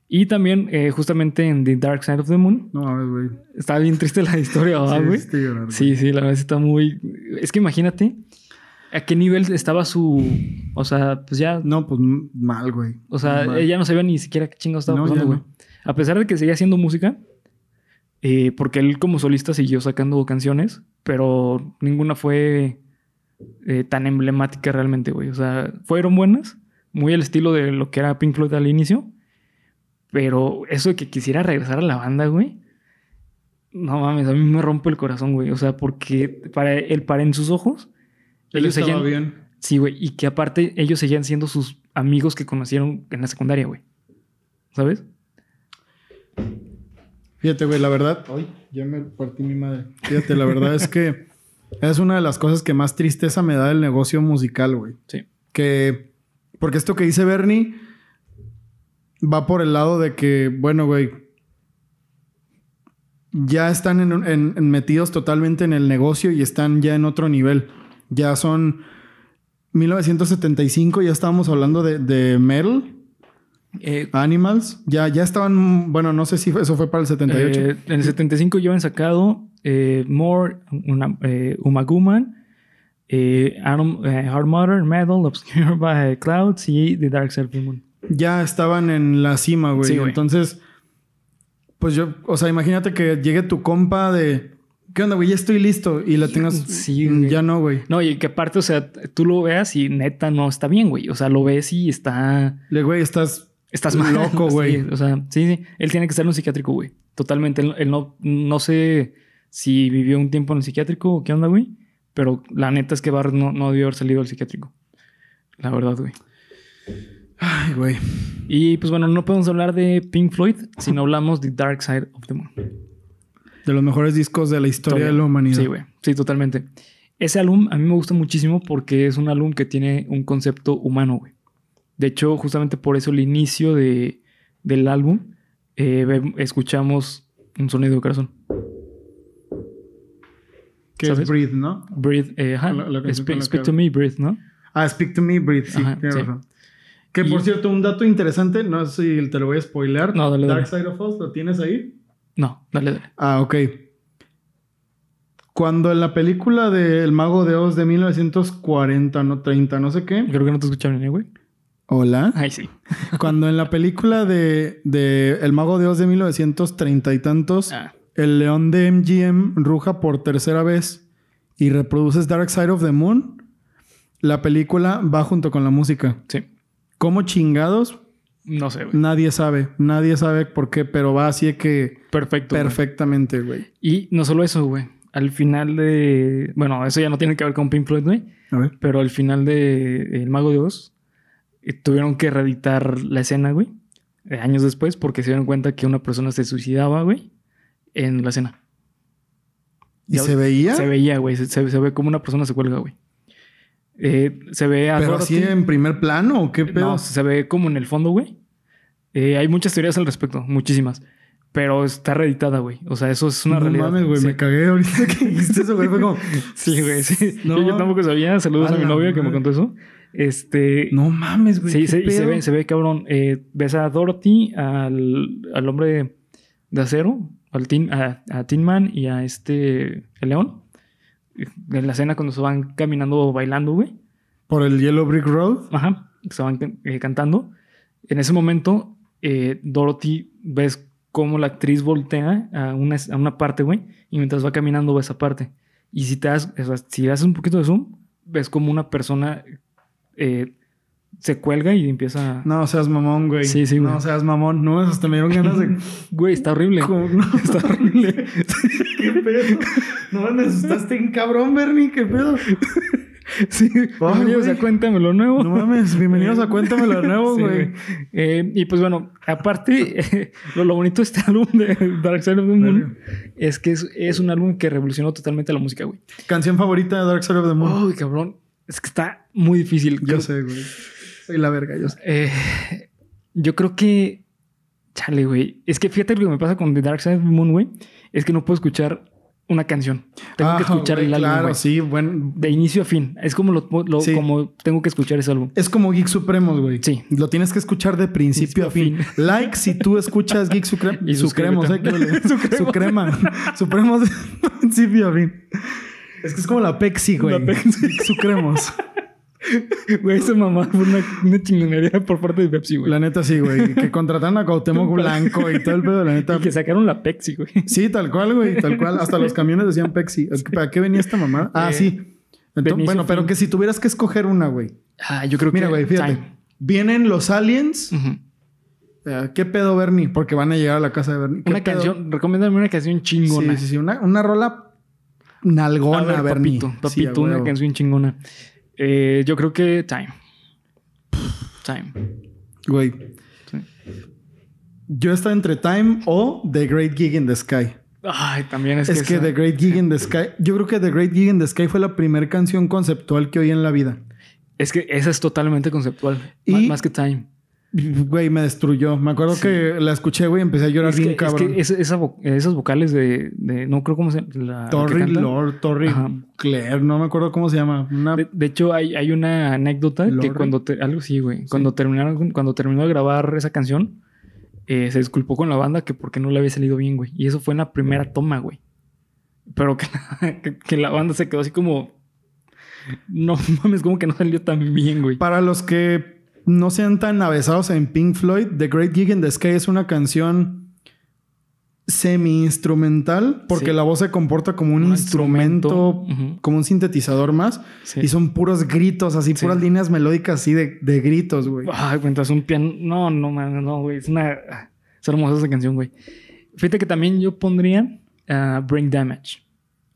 A: Y también, eh, justamente en The Dark Side of the Moon,
B: No mames, güey.
A: está bien triste la historia, ¿verdad,
B: Sí,
A: Ah, güey?
B: estoy llorando.
A: Sí, sí, la verdad sí está muy. Es que imagínate a qué nivel estaba su. O sea, pues ya.
B: No, pues m- mal, güey.
A: O sea,
B: Mal.
A: ella no sabía ni siquiera qué chingo estaba
B: No, ya
A: pasando, güey.
B: no.
A: A pesar de que seguía haciendo música, eh, porque él como solista siguió sacando canciones, pero ninguna fue eh, tan emblemática realmente, güey. O sea, fueron buenas, muy al estilo de lo que era Pink Floyd al inicio, pero eso de que quisiera regresar a la banda, güey. No mames, a mí me rompe el corazón, güey. O sea, porque para él, para en sus ojos,
B: Él
A: ellos
B: estaba
A: seguían,
B: bien.
A: Sí, güey. Y que aparte ellos seguían siendo sus amigos que conocieron en la secundaria, güey. ¿Sabes?
B: Fíjate, güey, la verdad. Ay, ya me partí mi madre. Fíjate, la verdad es que es una de las cosas que más tristeza me da del negocio musical, güey.
A: Sí.
B: que porque esto que dice Bernie va por el lado de que bueno güey ya están en, un- en- en metidos totalmente en el negocio y están ya en otro nivel ya son 1975 ya estábamos hablando de, de metal
A: Eh,
B: animals ya ya estaban bueno no sé si fue- eso fue para el 78
A: Eh, en el 75 llevan sacado eh, More, una, eh, Umaguman, eh, Arm- eh, Hard Mother, Metal, Obscured by Clouds y The Dark Side of the Moon.
B: ya estaban en la cima, güey.
A: Sí, güey.
B: Entonces, pues yo, o sea, imagínate que llegue tu compa de, ¿qué onda, güey? Ya estoy listo y la tengas.
A: Sí,
B: Mm,
A: güey.
B: Ya no, güey.
A: No, y que aparte, o sea, t- tú lo veas y neta no está bien, güey. O sea, lo ves y está...
B: Le, güey, estás.
A: Estás mal.
B: Loco,
A: Sí,
B: güey.
A: o sea, sí, sí. Él tiene que estar en un psiquiátrico, güey. Totalmente. Él, él no, no sé si vivió un tiempo en el psiquiátrico o qué onda, güey. Pero la neta es que Barrett no, no debió haber salido del psiquiátrico. La verdad, güey.
B: Ay, güey.
A: Y pues bueno, no podemos hablar de Pink Floyd si no hablamos de Dark Side of the Moon.
B: De los mejores discos de la historia
A: Historia.
B: de la humanidad.
A: Sí, güey. Sí, totalmente. Ese álbum a mí me gusta muchísimo porque es un álbum que tiene un concepto humano, güey. De hecho, justamente por eso el inicio de, del álbum eh, ve- escuchamos un sonido de corazón.
B: que
A: ¿sabes?
B: es Breathe, ¿no?
A: Breathe, eh, ajá.
B: La- la
A: Speak-
B: canción con la
A: speak
B: que-
A: to me, breathe, ¿no?
B: Ah, Speak to Me, Breathe. Sí,
A: Ajá,
B: tienes
A: sí.
B: razón. Que por
A: Y-
B: cierto, un dato interesante, no sé si te lo voy a spoilear.
A: No, dale, dale.
B: Dark Side of Us, ¿lo tienes ahí?
A: No, dale, dale.
B: Ah, ok. Cuando en la película de El Mago de Oz de 1940, no 30, no sé qué.
A: Creo que no te escucharon, ¿eh, güey.
B: Hola.
A: Ay, sí.
B: Cuando en la película de, de El Mago de Oz de 1930 y tantos,
A: Ah,
B: el león de MGM ruja por tercera vez y reproduces Dark Side of the Moon, la película va junto con la música.
A: sí.
B: ¿Cómo chingados?
A: No sé, güey.
B: Nadie sabe. Nadie sabe por qué, pero va así de que
A: Perfecto. güey.
B: perfectamente, güey.
A: Y no solo eso, güey. Al final de. Bueno, eso ya no tiene que ver con Pink Floyd, güey.
B: A ver.
A: Pero al final de El Mago de Oz, eh, tuvieron que reeditar la escena, güey. eh, Años después, porque se dieron cuenta que una persona se suicidaba, güey, en la escena.
B: ¿Y
A: Ya-
B: se veía?
A: Se veía, güey. Se, se- se ve como una persona se cuelga, güey. Eh, se ve a
B: ¿Pero
A: Dorothy-
B: así en primer plano o qué pedo?
A: No, se ve como en el fondo, güey. Eh, hay muchas teorías al respecto, muchísimas. Pero está reeditada, güey. O sea, eso es una
B: No
A: realidad.
B: mames, güey.
A: Sí.
B: Me cagué ahorita que dijiste eso, güey. Fue como...
A: Sí, güey. sí.
B: No.
A: Yo, yo tampoco sabía. Saludos
B: A
A: a, mi
B: la
A: novia que me
B: madre.
A: contó eso. Este.
B: No mames, güey.
A: sí,
B: ¿qué
A: se, y se
B: pedo?
A: ve, se ve cabrón. Eh, ves a Dorothy, al, al hombre de, de acero, al tin, a, a Tin Man y a este. El león. Eh, En la escena cuando se van caminando bailando, güey.
B: Por el Yellow Brick Road.
A: Ajá, estaban can- eh, cantando. En ese momento, eh, Dorothy ves cómo la actriz voltea a una, a una parte, güey, y mientras va caminando va a esa parte. Y si te das, o sea, si haces un poquito de zoom, ves como una persona eh, se cuelga y empieza.
B: No seas mamón, güey.
A: Sí, sí, güey.
B: No seas mamón. No, hasta me dieron ganas de...
A: Güey, está horrible.
B: Como- no.
A: Está horrible.
B: ¿Qué pedo? No, me asustaste en cabrón, Bernie. ¿Qué pedo?
A: sí, bienvenidos
B: güey.
A: a Cuéntamelo Nuevo.
B: No mames. Bienvenidos a Cuéntamelo de nuevo,
A: Sí,
B: güey.
A: Eh, y pues bueno, aparte, eh, lo, lo bonito de este álbum de Dark Side of the Moon es que es, es un álbum que revolucionó totalmente la música, güey.
B: Canción favorita de Dark Side of the Moon.
A: Uy, cabrón. Es que está muy difícil.
B: yo
A: Creo-
B: sé, güey. Soy la verga, yo sé.
A: Eh, yo creo que. Chale, güey. Es que fíjate lo que me pasa con The Dark Side of the Moon, güey. Es que no puedo escuchar una canción. Tengo que
B: Ah,
A: escuchar
B: güey,
A: el álbum,
B: Claro,
A: güey.
B: sí. Bueno,
A: De inicio a fin. Es como lo, lo-
B: Sí.
A: como tengo que escuchar ese álbum.
B: Es como Geek Supremos, güey.
A: Sí.
B: Lo tienes que escuchar de principio a fin. Like si tú escuchas Geek Sucre
A: Y
B: Sucremos, eh, que
A: suscríbete.
B: lo- Sucrema. Supremos de principio a fin. Es que es como la Pepsi, güey.
A: La Pepsi.
B: Geek Sucremos.
A: Güey, esa mamá fue una, una chingonería por parte de Pepsi, güey.
B: La neta sí, güey. Que contrataron a Cuauhtémoc Blanco y todo el pedo, la neta.
A: Y que sacaron la Pepsi, güey.
B: Sí, tal cual, güey. Tal cual. Hasta los camiones decían Pepsi. Es que, ¿Para qué venía esta mamá? Ah,
A: Eh,
B: sí. Entonces,
A: Benicio
B: bueno, pero
A: Fin.
B: que si tuvieras que escoger una, güey.
A: Ah, yo creo
B: Mira,
A: que...
B: güey, fíjate.
A: Time.
B: Vienen los aliens.
A: Ujú.
B: Eh, ¿Qué pedo, Bernie? Porque van a llegar a la casa de Bernie. ¿Qué
A: Una
B: pedo?
A: canción... Recomiéndame una canción chingona.
B: Sí, sí, sí. Una, una rola nalgona,
A: A ver,
B: Bernie.
A: papito,
B: Sí,
A: papito,
B: a
A: una
B: huevo.
A: canción chingona. Eh, yo creo que Time. Time.
B: Güey.
A: Sí.
B: Yo estaba entre Time o The Great Gig in the Sky.
A: Ay, también es,
B: Es, que,
A: esa-
B: The Great Gig in the Sky. Yo creo que The Great Gig in the Sky fue la primera canción conceptual que oí en la vida.
A: es que esa es totalmente conceptual.
B: Y-
A: Má- Más que Time.
B: Güey, me destruyó. Me acuerdo que la escuché, güey, empecé a llorar
A: Es
B: bien
A: que, es
B: cabrón.
A: que esa- esa vo- esas vocales de, de- No creo cómo se... La, la que
B: Torrey
A: canta.
B: Lord, Torrey
A: Ajá.
B: Claire, no me acuerdo cómo se llama. Una-
A: De, de hecho, hay, hay una anécdota
B: Lorry.
A: que cuando... te- algo sí, güey. Cuando, terminaron, cuando terminó de grabar esa canción, eh, se disculpó con la banda que porque no le había salido bien, güey. Y eso fue en la primera toma, güey. Pero que, que- que la banda se quedó así como... No mames, como que no salió tan bien, güey.
B: Para los que no sean tan avesados en Pink Floyd, The Great Gig in the Sky es una canción semi-instrumental porque
A: Sí.
B: la voz se comporta como un,
A: Un
B: instrumento,
A: instrumento, ujú.
B: como un sintetizador más.
A: Sí.
B: Y son puros gritos, así,
A: Sí.
B: puras líneas melódicas así de, de gritos, güey.
A: Ay, mientras un piano... No, no, mames, no, güey. Es una... Es hermosa esa canción, güey. Fíjate que también yo pondría... ah, Brain Damage.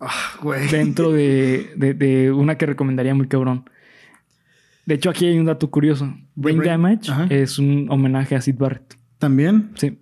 B: Ah, güey.
A: dentro de, de- de una que recomendaría muy cabrón. De hecho, aquí hay un dato curioso. Brain
B: Brain-
A: Damage
B: Ajá.
A: es un homenaje a Sid Barrett.
B: También.
A: Sí.
B: Ah,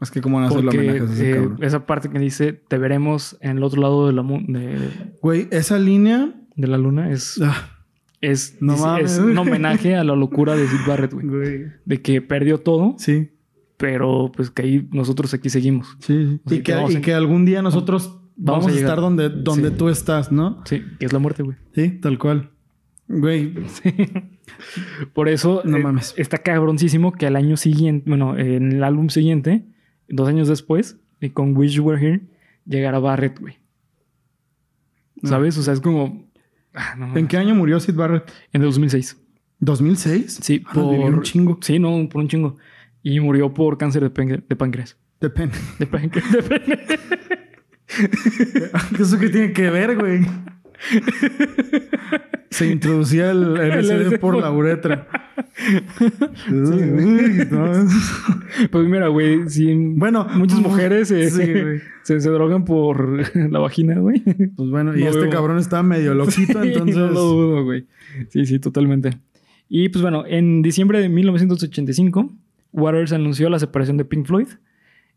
B: Es que como van a hacer
A: Porque
B: homenajes a ese
A: eh,
B: cabrón.
A: esa parte que dice te veremos en el otro lado de la, mu- de,
B: Güey, esa línea.
A: de la luna es,
B: ah,
A: es,
B: No
A: dice-
B: mames,
A: es
B: güey.
A: un homenaje a la locura de Sid Barrett, güey.
B: güey.
A: De que perdió todo,
B: Sí,
A: pero pues que ahí nosotros aquí seguimos. sea,
B: sí.
A: que
B: Y que,
A: Pues, vamos
B: y
A: a-
B: que algún día nosotros vamos,
A: Vamos a
B: a estar
A: llegar.
B: donde, donde
A: Sí.
B: tú estás, ¿no?
A: Sí, que es la muerte, güey.
B: Sí, tal cual. Güey,
A: Por eso
B: No
A: eh,
B: mames.
A: está cabroncísimo que al año siguiente, bueno, en el álbum siguiente, dos años después, y con Wish You Were Here, llegará Barrett, güey. ¿Sabes? O sea, es como. ah, no
B: Ah. ¿en
A: mames.
B: qué año murió Sid Barrett?
A: En el 2006.
B: ¿2006?
A: Sí,
B: Ah, vivió
A: por-
B: un chingo.
A: Sí, no, por un chingo. Y murió por cáncer de, pánc- de páncreas.
B: Depende.
A: De páncreas. de páncreas.
B: ¿Eso qué tiene que ver, güey? Se introducía el LSD por la uretra. Uy, no.
A: Pues mira, güey, sí,
B: Bueno, mm,
A: muchas mujeres eh,
B: Sí, güey.
A: se, se drogan por la vagina, güey.
B: Pues bueno, y
A: No
B: este
A: veo.
B: cabrón está medio loquito, entonces.
A: no lo dudo, güey. Sí, sí, totalmente. Y pues bueno, en diciembre de 1985, Waters anunció la separación de Pink Floyd,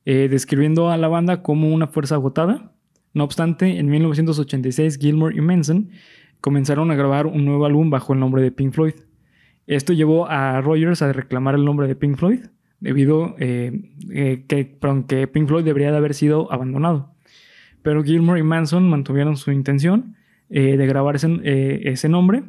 A: eh, describiendo a la banda como una fuerza agotada. No obstante, en 1986, Gilmore y Manson comenzaron a grabar un nuevo álbum bajo el nombre de Pink Floyd. Esto llevó a Rogers a reclamar el nombre de Pink Floyd, debido eh, eh, que, perdón, que Pink Floyd debería de haber sido abandonado. Pero Gilmore y Manson mantuvieron su intención eh, de grabar ese, eh, ese nombre,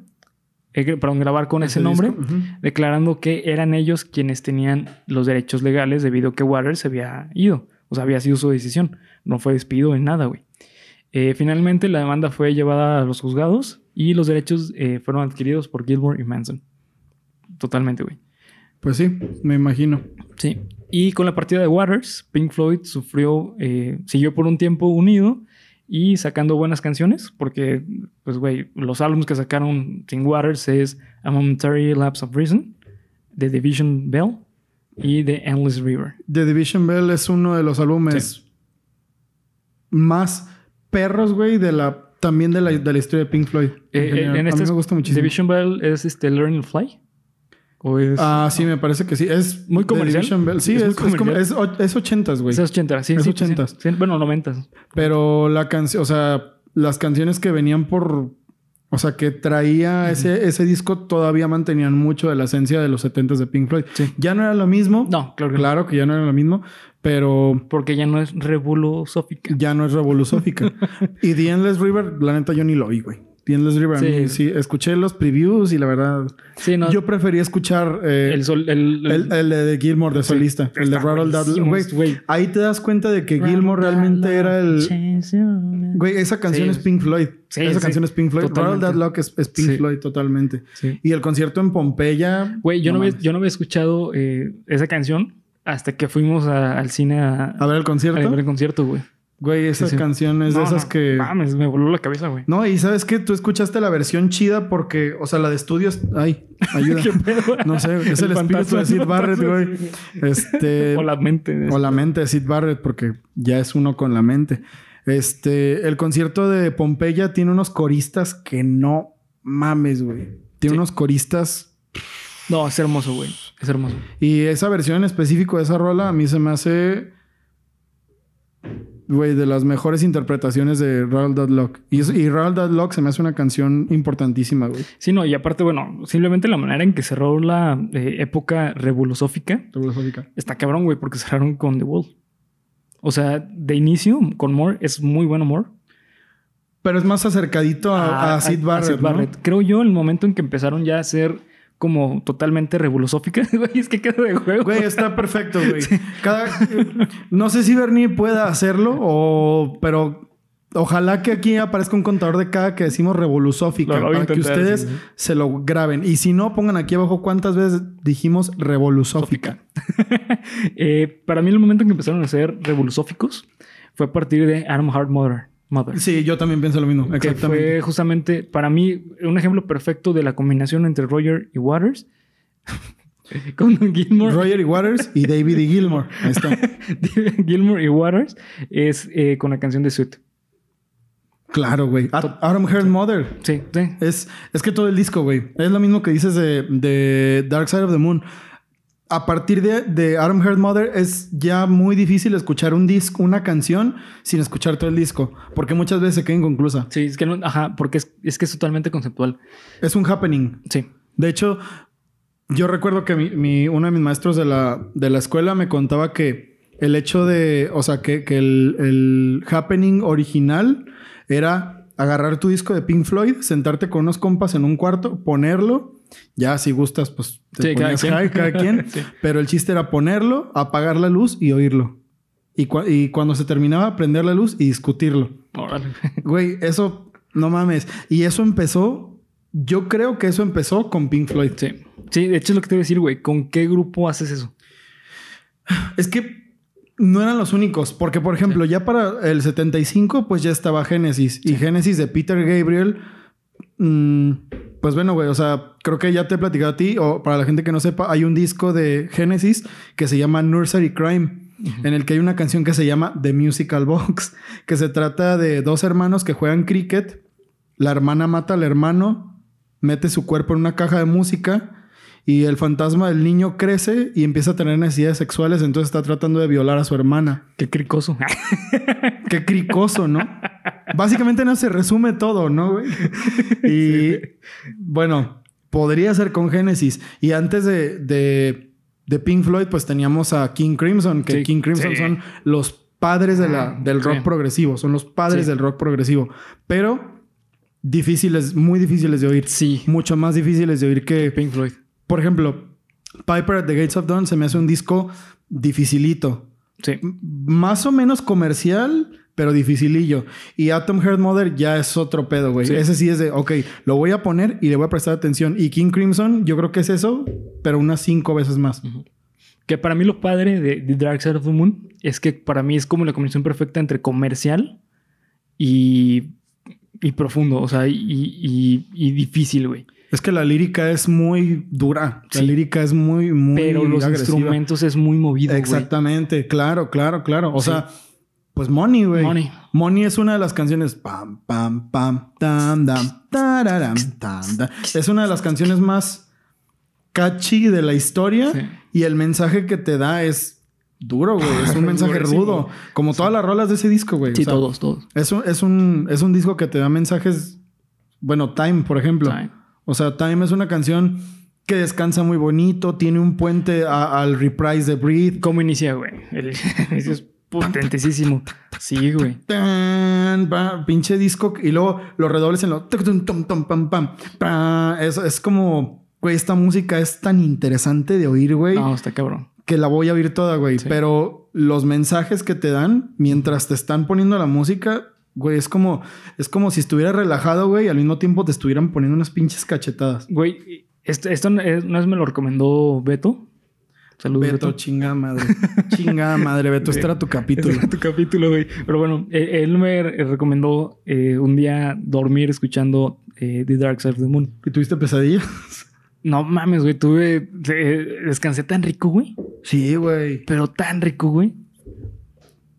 A: eh, que- perdón, grabar con ese, nombre,
B: disco, ujú.
A: declarando que eran ellos quienes tenían los derechos legales debido a que Waters se había ido. O sea, había sido su decisión. No fue despido en nada, güey. Eh, finalmente, la demanda fue llevada a los juzgados y los derechos eh, fueron adquiridos por Gilmore y Manson. Totalmente, güey.
B: Pues sí, me imagino.
A: Sí. Y con la partida de Waters, Pink Floyd sufrió, eh, siguió por un tiempo unido y sacando buenas canciones, porque, pues, güey, los álbumes que sacaron sin Waters es A Momentary Lapse of Reason, The Division Bell y The Endless River.
B: The Division Bell es uno de los álbumes más perros, güey, de la también de la, de la historia de Pink Floyd.
A: Eh, eh,
B: general.
A: en
B: a
A: este
B: mí me
A: es-
B: gusta muchísimo.
A: Division Bell es este Learn to Fly. O es.
B: Ah, sí, me parece que sí. Es
A: Muy
B: The
A: comercial.
B: Division Bell. Sí,
A: Es
B: es,
A: muy
B: es como-
A: comercial.
B: es och- es 80s, güey.
A: es 80, sí,
B: es
A: sí,
B: 80.
A: sí, sí. Bueno, 90.
B: Pero la canción, o sea, las canciones que venían por. O sea, que traía ese, ese disco todavía mantenían mucho de la esencia de los 70s de Pink Floyd.
A: Sí.
B: Ya no era lo mismo.
A: No, claro que no.
B: Claro que ya no era lo mismo, pero
A: Porque ya no es rebulosófica.
B: ya no es revoluzófica. y The Endless River, la neta, yo ni lo oí, güey. The Endless River,
A: Sí.
B: sí, sí escuché los previews y la verdad,
A: Sí, no.
B: yo prefería escuchar eh,
A: el
B: el,
A: sol. El,
B: el, de Gilmore de solista, el de
A: Está
B: Rattle Dudley.
A: buenísimo, este
B: Güey,
A: güey.
B: ahí te das cuenta de que Gilmore realmente era el, Güey, esa canción
A: Sí.
B: es Pink Floyd.
A: Sí,
B: esa
A: sí.
B: canción es Pink Floyd. Rattle
A: Totalmente.
B: That Lock es, es Pink
A: Sí.
B: Floyd totalmente.
A: Sí.
B: Y el concierto en Pompeya.
A: Güey, yo no, había,
B: mames.
A: yo no había escuchado eh, esa canción hasta que fuimos a- al cine a,
B: A ver el
A: a
B: concierto.
A: ver el concierto, güey.
B: Güey, esa
A: Sí, sí.
B: canción es de
A: No,
B: esas
A: no,
B: que...
A: Mames, me voló la cabeza, güey.
B: No, y ¿sabes qué? Tú escuchaste la versión chida porque... O sea, la de estudios... Ay, ayuda.
A: ¿Qué pedo?
B: no sé, es el, espíritu
A: fantasma,
B: de Sid Barrett, güey. Este...
A: O la mente.
B: O la mente de Sid Barrett, porque ya es uno con la mente. Este, el concierto de Pompeya tiene unos coristas que no mames, güey. Tiene
A: Sí.
B: unos coristas
A: No, es hermoso, güey. Es hermoso.
B: Y esa versión en específico de esa rola a mí se me hace. Güey, de las mejores interpretaciones de Roald Dahl Locke. Y, es- y Roald Dahl Locke se me hace una canción importantísima, güey.
A: Sí, no, y aparte, bueno, simplemente la manera en que cerró la eh, época revolosófica
B: Turbofóbica.
A: está cabrón, güey, porque cerraron con The Wall. O sea, de inicio, con More, es muy bueno More.
B: Pero es más acercadito
A: Ah,
B: a, a Sid Barrett. ¿no?
A: Creo yo, el momento en que empezaron ya a ser como totalmente revolosófica, güey, es que queda de juego.
B: Güey, está perfecto, güey. Cada- No sé si Bernie pueda hacerlo, o... pero ojalá que aquí aparezca un contador de cada que decimos revoluzófica
A: Lo- lo voy
B: para
A: a
B: que
A: intentar,
B: ustedes
A: sí, sí.
B: se lo graben. Y si no, pongan aquí abajo cuántas veces dijimos revoluzófica.
A: Eh, para mí, el momento en que empezaron a ser revolosóficos fue a partir de Adam Hart Mother. Mother.
B: Sí, yo también pienso lo mismo.
A: Que
B: Exactamente.
A: fue justamente, para mí, un ejemplo perfecto de la combinación entre Roger y Waters. con Gilmore,
B: Roger y Waters y David y Gilmore. Ahí está.
A: Gilmore y Waters es eh, con la canción de Suit.
B: Claro, güey. Ad- Adam Heard Mother.
A: Sí, sí.
B: Es, es que todo el disco, güey. Es lo mismo que dices de, de Dark Side of the Moon. A partir de, de Adam Heard Mother es ya muy difícil escuchar un disco, una canción, sin escuchar todo el disco. Porque muchas veces se queda inconclusa.
A: Sí, es que no, ajá, porque es, es que es totalmente conceptual.
B: Es un happening.
A: Sí.
B: De hecho, yo recuerdo que mi, mi- uno de mis maestros de la, de la escuela me contaba que el hecho de, o sea, que, que el, el happening original era agarrar tu disco de Pink Floyd, sentarte con unos compas en un cuarto, ponerlo, ya si gustas, pues te
A: Sí, cada
B: ponías
A: quien.
B: high, cada quien,
A: Sí.
B: pero el chiste era ponerlo, apagar la luz y oírlo. Y, cua- y cuando se terminaba, prender la luz y discutirlo.
A: Órale.
B: Güey, eso, no mames. Y eso empezó, yo creo que eso empezó con Pink Floyd.
A: Sí. Sí, de hecho es lo que te iba a decir, güey. ¿Con qué grupo haces eso?
B: Es que no eran los únicos, porque por ejemplo, ya para el 75, pues ya estaba Génesis. Y Génesis de Peter Gabriel, mm, Pues bueno, güey, o sea, creo que ya te he platicado a ti, o para la gente que no sepa, hay un disco de Genesis que se llama Nursery Crime, en el que hay una canción que se llama The Musical Box, que se trata de dos hermanos que juegan cricket, la hermana mata al hermano, mete su cuerpo en una caja de música y el fantasma del niño crece y empieza a tener necesidades sexuales, entonces está tratando de violar a su hermana.
A: Qué cricoso. Ah,
B: Qué cricoso, ¿no? Básicamente no se resume todo, ¿no, güey? Y bueno, podría ser con Génesis. Y antes de, de, de Pink Floyd, pues teníamos a King Crimson, que
A: Sí,
B: King Crimson
A: sí. Ah,
B: son los padres de la, del rock
A: Sí.
B: progresivo, son los padres
A: Sí.
B: del rock progresivo, pero difíciles, muy difíciles de oír.
A: sí.
B: Mucho más difíciles de oír que
A: Pink Floyd.
B: por ejemplo, Piper at the Gates of Dawn se me hace un disco dificilito.
A: Sí.
B: M- Más o menos comercial, pero dificilillo. Y Atom Heart Mother ya es otro pedo, güey.
A: Sí.
B: Ese sí es de, ok, lo voy a poner y le voy a prestar atención. Y King Crimson, yo creo que es eso, pero unas cinco veces más.
A: Que para mí lo padre de The Dark Side of the Moon es que para mí es como la combinación perfecta entre comercial y, y profundo, o sea, y, y- y difícil, güey.
B: Es que la lírica es muy dura. La
A: Sí.
B: lírica es muy, muy
A: Pero los
B: agresiva.
A: instrumentos es muy movido, güey.
B: Exactamente, claro, claro, claro. O
A: Sí.
B: sea, pues Money, güey.
A: Money.
B: Money es una de las canciones. Pam, pam, pam, tam, dam, tararam, tam, dam. Es una de las canciones más catchy de la historia.
A: Sí.
B: Y el mensaje que te da es duro, güey. Es un mensaje
A: Durísimo.
B: rudo. Como todas las rolas de ese disco, güey. O
A: Sí,
B: sea,
A: todos, todos.
B: Es un, es, un, es un disco que te da mensajes. Bueno, Time, por ejemplo.
A: Time.
B: O sea, Time es una canción que descansa muy bonito. Tiene un puente a- al reprise de Breathe.
A: ¿Cómo inicia, güey? El- ese es potentísimo. Sí, güey.
B: Tan, pa, pinche disco y luego los redobles en lo tuc, tum, tum, tum, pam, pam. Pa, es, es como güey esta música es tan interesante de oír güey
A: No, está cabrón.
B: que la voy a oír toda güey
A: Sí.
B: pero los mensajes que te dan mientras te están poniendo la música güey es como es como si estuvieras relajado güey y al mismo tiempo te estuvieran poniendo unas pinches cachetadas
A: Güey, esto, esto no es- una vez me lo recomendó Beto. Saludos,
B: Beto,
A: Beto.
B: chingada madre chingada madre Beto este era tu capítulo
A: Ese era tu capítulo, güey. Pero bueno, eh, él me re- recomendó eh, un día dormir escuchando eh, The Dark Side of the Moon.
B: ¿Y tuviste pesadilla?
A: No mames, güey. Tuve. eh, descansé tan rico, güey.
B: Sí, güey.
A: Pero tan rico, güey.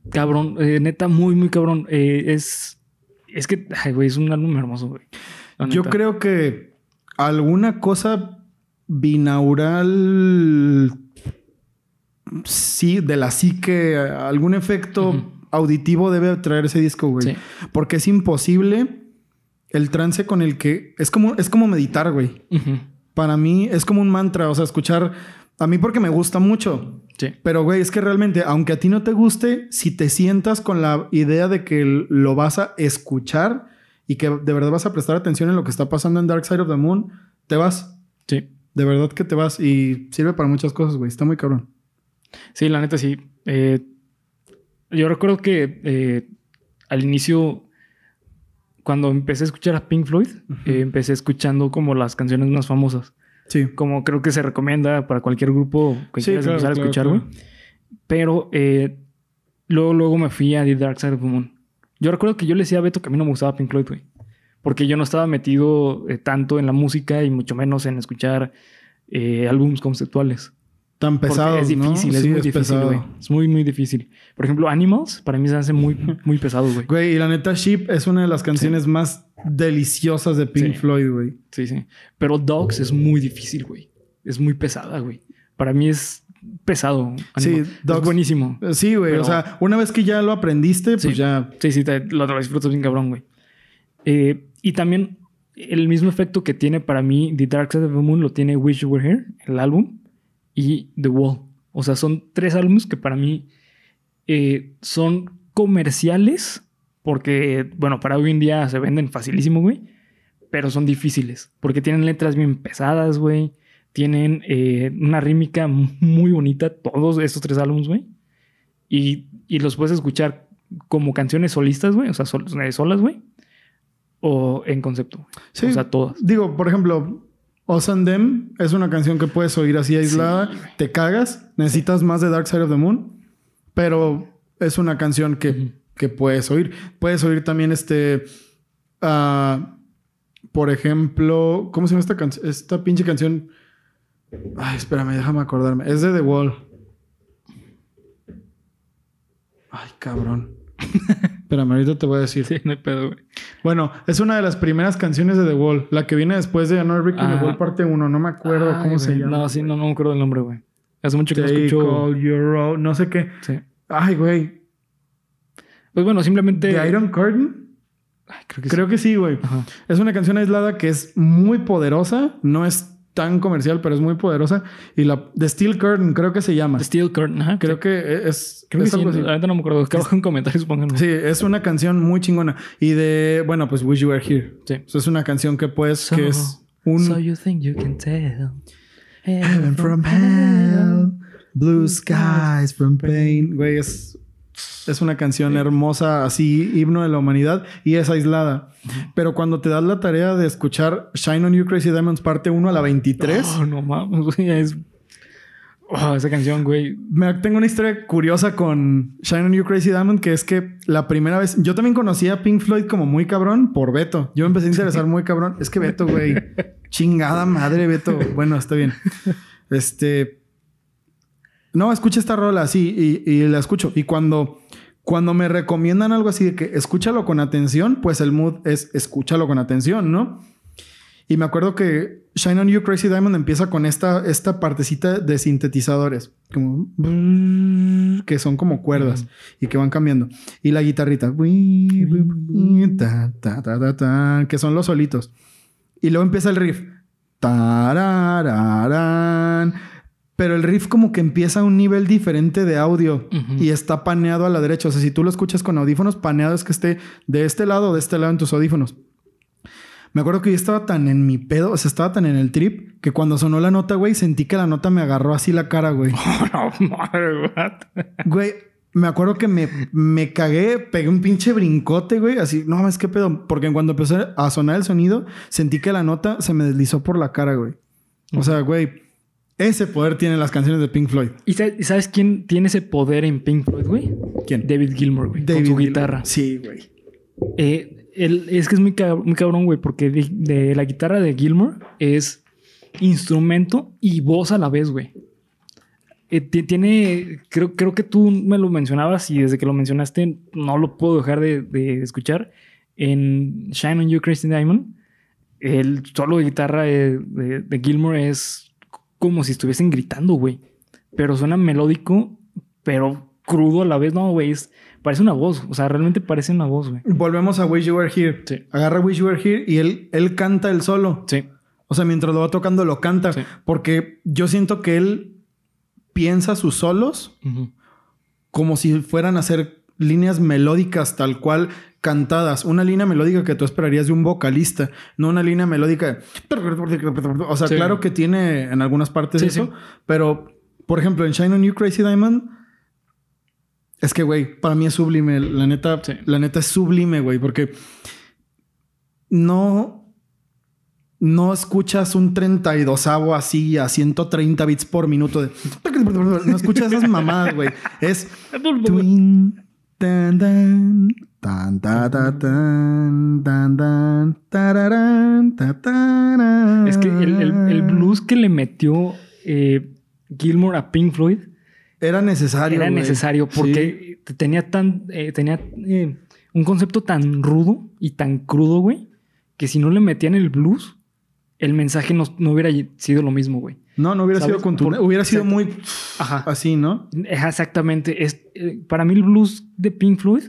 A: Cabrón. eh, neta, muy, muy cabrón. Eh, es. Es que, ay, güey, es un álbum hermoso, güey. La
B: Yo
A: neta.
B: creo que alguna cosa binaural, sí, de la psique, algún efecto
A: Ujú.
B: auditivo debe traer ese disco, güey.
A: Sí.
B: Porque es imposible el trance con el que es como es como meditar, güey.
A: Ujú.
B: Para mí es como un mantra, o sea, escuchar a mí porque me gusta mucho.
A: Sí.
B: Pero, güey, es que realmente, aunque a ti no te guste, si te sientas con la idea de que l- lo vas a escuchar y que de verdad vas a prestar atención en lo que está pasando en Dark Side of the Moon, te vas.
A: Sí.
B: De verdad que te vas. Y sirve para muchas cosas, güey. Está muy cabrón.
A: Sí, la neta sí. Eh, yo recuerdo que eh, al inicio, cuando empecé a escuchar a Pink Floyd, eh, empecé escuchando como las canciones más famosas.
B: Sí.
A: Como creo que se recomienda para cualquier grupo que
B: Sí,
A: quieras
B: claro,
A: empezar a
B: claro,
A: escuchar,
B: claro.
A: güey. Pero eh, luego, luego me fui a The Dark Side of the Moon. Yo recuerdo que yo le decía a Beto que a mí no me gustaba Pink Floyd, güey. Porque yo no estaba metido eh, tanto en la música y mucho menos en escuchar eh, álbumes conceptuales.
B: Tan
A: Porque
B: pesado.
A: Es difícil, es muy difícil, güey. Es muy, muy difícil. Por ejemplo, Animals, para mí se hace muy, muy pesado, güey.
B: Güey, y la neta, Sheep es una de las canciones más deliciosas de Pink
A: Sí.
B: Floyd, güey.
A: Sí, sí. Pero Dogs es muy difícil, güey. Es muy pesada, güey. Para mí es pesado.
B: Sí,
A: Animals.
B: Dogs-
A: Es buenísimo.
B: Eh, Sí, güey.
A: Pero-
B: O sea, una vez que ya lo aprendiste, pues
A: Sí.
B: ya.
A: Sí, sí, te- lo, lo disfrutas bien cabrón, güey. Eh, y también el mismo efecto que tiene para mí The Dark Side of the Moon lo tiene Wish You Were Here, el álbum, y The Wall. O sea, son tres álbumes que para mí eh, son comerciales, porque, bueno, para hoy en día se venden facilísimo, güey, pero son difíciles, porque tienen letras bien pesadas, güey. Tienen eh, una rímica muy bonita, todos estos tres álbumes, güey. Y, y los puedes escuchar como canciones solistas, güey. O sea, sol- eh, solas, güey. O en concepto. güey.
B: Sí.
A: O sea, todas.
B: Digo, por ejemplo, Us and Them es una canción que puedes oír así aislada,
A: güey.
B: te cagas, necesitas más de Dark Side of the Moon, pero es una canción que,
A: Ujú.
B: que puedes oír. Puedes oír también este ah, Por ejemplo, ¿cómo se llama esta canción? Esta pinche canción. Ay, espérame, déjame acordarme. Es de The Wall. Ay, cabrón. espérame, ahorita te voy a decir.
A: Sí, no hay pedo, güey.
B: Bueno, es una de las primeras canciones de The Wall. La que viene después de Another Brick in
A: Ah.
B: the Wall, parte 1. No me acuerdo
A: Ay,
B: cómo se
A: güey.
B: llama.
A: No, sí, no, no me acuerdo el nombre, güey. Hace mucho que no
B: Take
A: escucho.
B: all your road, no sé qué.
A: Sí.
B: Ay, güey.
A: Pues bueno, simplemente.
B: ¿The Iron Curtain?
A: Ay, creo que sí.
B: Creo que sí, güey.
A: Ajá.
B: Es una canción aislada que es muy poderosa. No es tan comercial, pero es muy poderosa. Y la The Steel Curtain creo que se llama.
A: Ah, Steel Curtain, ajá.
B: Creo que e, es...
A: Creo que
B: es
A: sí,
B: algo así.
A: ahorita no me acuerdo. Que abajo en comentarios pongan.
B: Sí, es una canción muy chingona. Y de... Bueno, pues Wish You Were Here.
A: Sí.
B: O sea, es una canción que pues...
A: So-
B: que es un...
A: So you think you can tell.
B: Heaven from hell, blue skies from pain. Güey, es, es una canción hermosa, así, himno de la humanidad, y es aislada. Pero cuando te das la tarea de escuchar Shine on You Crazy Diamonds parte 1 a la 23,
A: Oh, no mames, güey. Es... Oh, esa canción, güey.
B: me, tengo una historia curiosa con Shine on You Crazy Diamond, que es que la primera vez, yo también conocí a Pink Floyd como muy cabrón por Beto. Yo me empecé a interesar muy cabrón. Es que Beto, güey, chingada madre, Beto. Bueno, está bien. Este, no, escucha esta rola, sí, y, y la escucho. Y cuando, cuando me recomiendan algo así de que escúchalo con atención, pues el mood es escúchalo con atención, ¿no? Y me acuerdo que Shine on You Crazy Diamond empieza con esta, esta partecita de sintetizadores, como que son como cuerdas y que van cambiando. Y la guitarrita, ta, ta, ta, ta, ta, que son los solitos. Y luego empieza el riff. Tarararán. Pero el riff como que empieza a un nivel diferente de audio
A: Ujú.
B: y está paneado a la derecha. O sea, si tú lo escuchas con audífonos, paneado es que esté de este lado o de este lado en tus audífonos. Me acuerdo que yo estaba tan en mi pedo, o sea, estaba tan en el trip que cuando sonó la nota, güey, sentí que la nota me agarró así la cara, güey.
A: Oh, no, madre, what?
B: Güey, me acuerdo que me, me cagué, pegué un pinche brincote, güey. Así, no mames, qué pedo. Porque en cuanto empezó a sonar el sonido, sentí que la nota se me deslizó por la cara, güey. O sea, güey, ese poder tienen las canciones de Pink Floyd.
A: ¿Y sabes, y sabes quién tiene ese poder en Pink Floyd, güey?
B: ¿Quién?
A: David Gilmour, güey. Con su
B: Gilmour.
A: guitarra.
B: Sí, güey.
A: Eh, él- es que es muy, cab- muy cabrón, güey, porque de, de la guitarra de Gilmour es instrumento y voz a la vez, güey. Eh, ti- tiene, creo, creo que tú me lo mencionabas y desde que lo mencionaste no lo puedo dejar de, de escuchar. En Shine on You, Christine Diamond, el solo de guitarra de, de, de Gilmour es como si estuviesen gritando, güey. Pero suena melódico, pero crudo a la vez. No, güey, es- parece una voz. O sea, realmente parece una voz, güey.
B: Volvemos a Wish You Were Here.
A: Sí.
B: Agarra Wish You Were Here y él, él canta el solo.
A: Sí.
B: O sea, mientras lo va tocando, lo canta.
A: Sí.
B: Porque yo siento que él piensa sus solos
A: Ujú.
B: como si fueran a ser líneas melódicas tal cual cantadas, una línea melódica que tú esperarías de un vocalista, no una línea melódica. de- O sea,
A: Sí.
B: claro que tiene en algunas partes
A: Sí,
B: eso,
A: sí.
B: pero por ejemplo, en Shine on You Crazy Diamond es que güey, para mí es sublime, la neta,
A: Sí.
B: la neta es sublime, güey, porque no no escuchas un 32 así a 130 bits por minuto de no escuchas esas mamadas, güey. Es Twin, tan, tan, tan, ta, ta, tan, tan, tan, tararán, ta, tarán.
A: Es que el, el- el blues que le metió eh, Gilmore a Pink Floyd
B: era necesario.
A: era
B: güey.
A: necesario porque te- tenía tan eh, tenía eh, un concepto tan rudo y tan crudo, güey, que si no le metían el blues, el mensaje no, no hubiera sido lo mismo, güey.
B: Sí. No, no hubiera
A: ¿Sabes?
B: sido contundente.
A: Por-
B: Hubiera sido
A: Exacto.
B: muy
A: Ajá.
B: así, ¿no?
A: Ajá, Exactamente. Es, eh, para mí el blues de Pink Floyd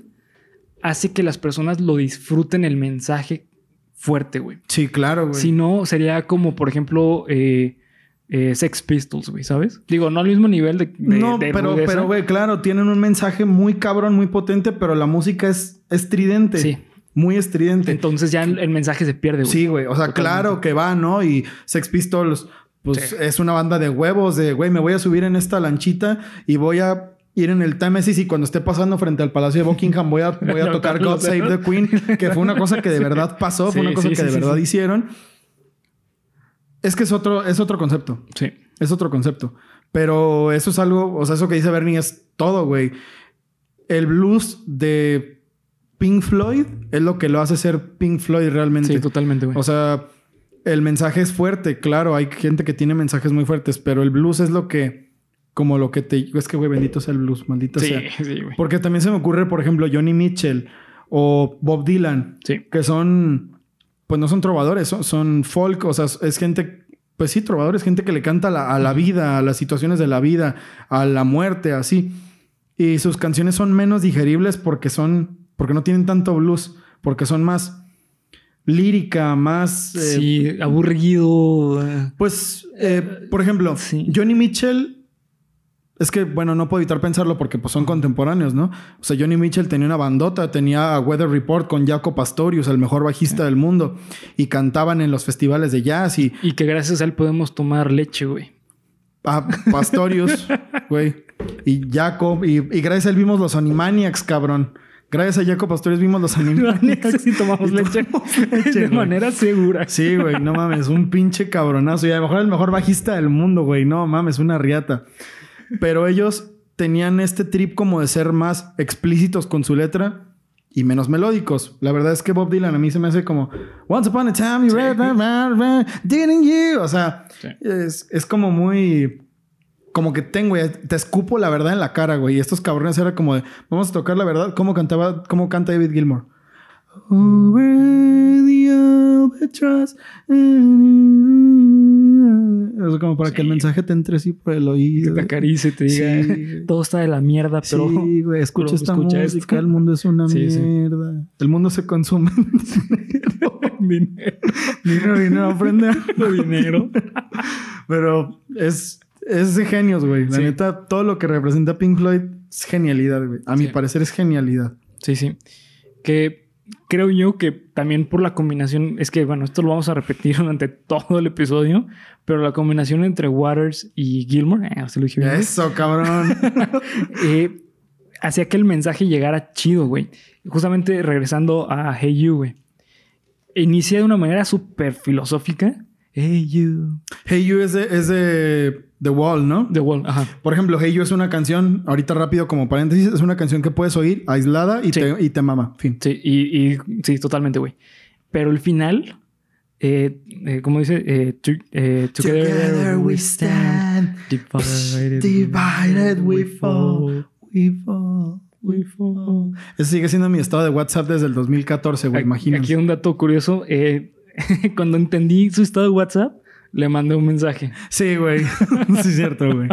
A: hace que las personas lo disfruten el mensaje fuerte, güey.
B: Sí, claro, güey.
A: Si no, sería como, por ejemplo, eh, eh, Sex Pistols, güey, ¿sabes? Digo, no al mismo nivel de. de-
B: no,
A: de
B: pero,
A: rudeza.
B: pero, güey, claro, tienen un mensaje muy cabrón, muy potente, pero la música es estridente.
A: Sí.
B: Muy estridente.
A: Entonces ya el, el mensaje se pierde, güey.
B: Sí, güey. O sea,
A: Totalmente.
B: claro que va, ¿no? Y Sex Pistols, pues
A: Sí.
B: es una banda de huevos, de güey, me voy a subir en esta lanchita y voy a ir en el Támesis y cuando esté pasando frente al Palacio de Buckingham voy a, voy a tocar God Save the Queen, que fue una cosa que de verdad pasó, fue
A: Sí,
B: una
A: sí,
B: cosa que
A: sí,
B: de
A: sí,
B: verdad
A: sí.
B: hicieron. Es que es otro, es otro concepto.
A: Sí.
B: Es otro concepto. Pero eso es algo, o sea, eso que dice Bernie es todo, güey. El blues de Pink Floyd es lo que lo hace ser Pink Floyd realmente.
A: Sí, totalmente, güey.
B: O sea, el mensaje es fuerte, claro, hay gente que tiene mensajes muy fuertes, pero el blues es lo que, como lo que te... Es que, güey, bendito sea el blues, maldito
A: sí,
B: sea.
A: sí, güey.
B: Porque también se me ocurre, por ejemplo, Johnny Mitchell o Bob Dylan,
A: Sí.
B: que son, pues no son trovadores, son, son folk, o sea, es gente, pues sí, trovadores, gente que le canta a la, a la vida, a las situaciones de la vida, a la muerte, así. Y sus canciones son menos digeribles porque son, porque no tienen tanto blues, porque son más lírica, más... eh,
A: Sí, aburrido. eh.
B: pues, eh, por ejemplo,
A: sí.
B: Johnny Mitchell. Es que, bueno, no puedo evitar pensarlo porque pues, son contemporáneos, ¿no? O sea, Johnny Mitchell tenía una bandota, tenía a Weather Report con Jaco Pastorius, el mejor bajista del mundo, y cantaban en los festivales de jazz y
A: Y que gracias a él podemos tomar leche, güey.
B: a ah, Pastorius, güey, y Jaco, y, y gracias a él vimos los Animaniacs, cabrón. Gracias a Jaco Pastorius vimos los Animaniacs.
A: Si tomamos
B: Y
A: leche
B: tomamos leche,
A: de
B: güey.
A: manera segura.
B: Sí, güey, no mames, un pinche cabronazo. Y a lo mejor el mejor bajista del mundo, güey, no mames, una riata. Pero ellos tenían este trip como de ser más explícitos con su letra y menos melódicos. La verdad es que Bob Dylan a mí se me hace como Once upon a time you
A: Sí.
B: read, read, read, read, didn't you? O sea,
A: Sí.
B: es, es como muy. Como que tengo, güey, te escupo la verdad en la cara, güey. Y estos cabrones era como de, vamos a tocar la verdad. ¿Cómo cantaba, cómo canta David Gilmour? Over the albatross. O sea, como para que el
A: Sí.
B: mensaje te entre así por el oído.
A: Te acaricie, te diga,
B: Sí, güey.
A: todo está de la mierda, pero...
B: sí, güey, escucha
A: pero
B: esta
A: escucha esto.
B: música, el mundo es una
A: Sí, sí.
B: mierda. El mundo se consume.
A: dinero,
B: dinero, dinero, aprende.
A: dinero.
B: Pero es, es de genios, güey. La
A: Sí.
B: neta, todo lo que representa Pink Floyd es genialidad, güey. A mi
A: Sí.
B: parecer es genialidad.
A: Sí, sí. Que creo yo que también por la combinación, es que bueno, esto lo vamos a repetir durante todo el episodio, pero la combinación entre Waters y Gilmore, eh, se lo dije bien,
B: Eso, cabrón.
A: eh, hacía que el mensaje llegara chido, güey. Justamente regresando a Hey You, güey. Inicia de una manera súper filosófica. Hey You.
B: hey You es de, es de The Wall, ¿no?
A: The Wall, ajá.
B: Por ejemplo, Hey You es una canción, ahorita rápido como paréntesis, es una canción que puedes oír aislada y,
A: Sí.
B: te, y te mama. Fin.
A: Sí, y, y- sí, totalmente, güey. Pero el final, eh, eh, ¿cómo dice? Eh, to- eh, together, we stand. Divided,
B: Divided we fall. We fall, we fall. Ese sigue siendo mi estado de WhatsApp desde el 2014, güey,
A: Aquí- Aquí
B: imagínate.
A: un dato curioso. eh, cuando entendí su estado de WhatsApp, le mandé un mensaje.
B: Sí, güey. sí, es cierto, güey.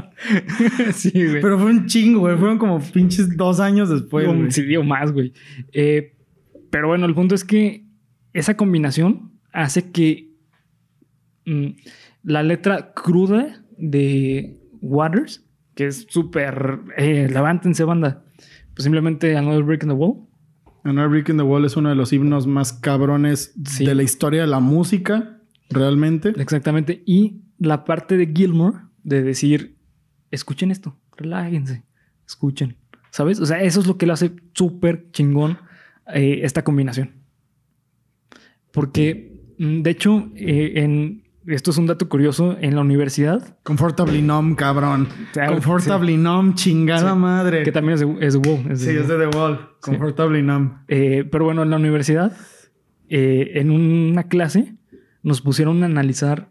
A: sí, güey.
B: Pero fue un chingo, güey. Fueron como pinches dos años después,
A: Un-
B: güey.
A: sí, dio más, güey. Eh, pero bueno, el punto es que esa combinación hace que mm, la letra cruda de Waters, que es súper eh, levántense, banda, pues simplemente Another Break in the Wall.
B: Another Brick in the Wall es uno de los himnos más cabrones
A: Sí.
B: de la historia de la música, realmente.
A: Exactamente. Y la parte de Gilmore de decir, escuchen esto, relájense, escuchen. ¿Sabes? O sea, eso es lo que lo hace súper chingón eh, esta combinación. Porque, mm, de hecho, eh, en, esto es un dato curioso, en la universidad,
B: Comfortably Numb, cabrón.
A: Claro,
B: Comfortably Numb, chingada
A: Sí.
B: madre.
A: que también es de, es de WoW, es de
B: Sí, es de The Wall. Comfortably Numb.
A: Eh, pero bueno, en la universidad, eh, en una clase, nos pusieron a analizar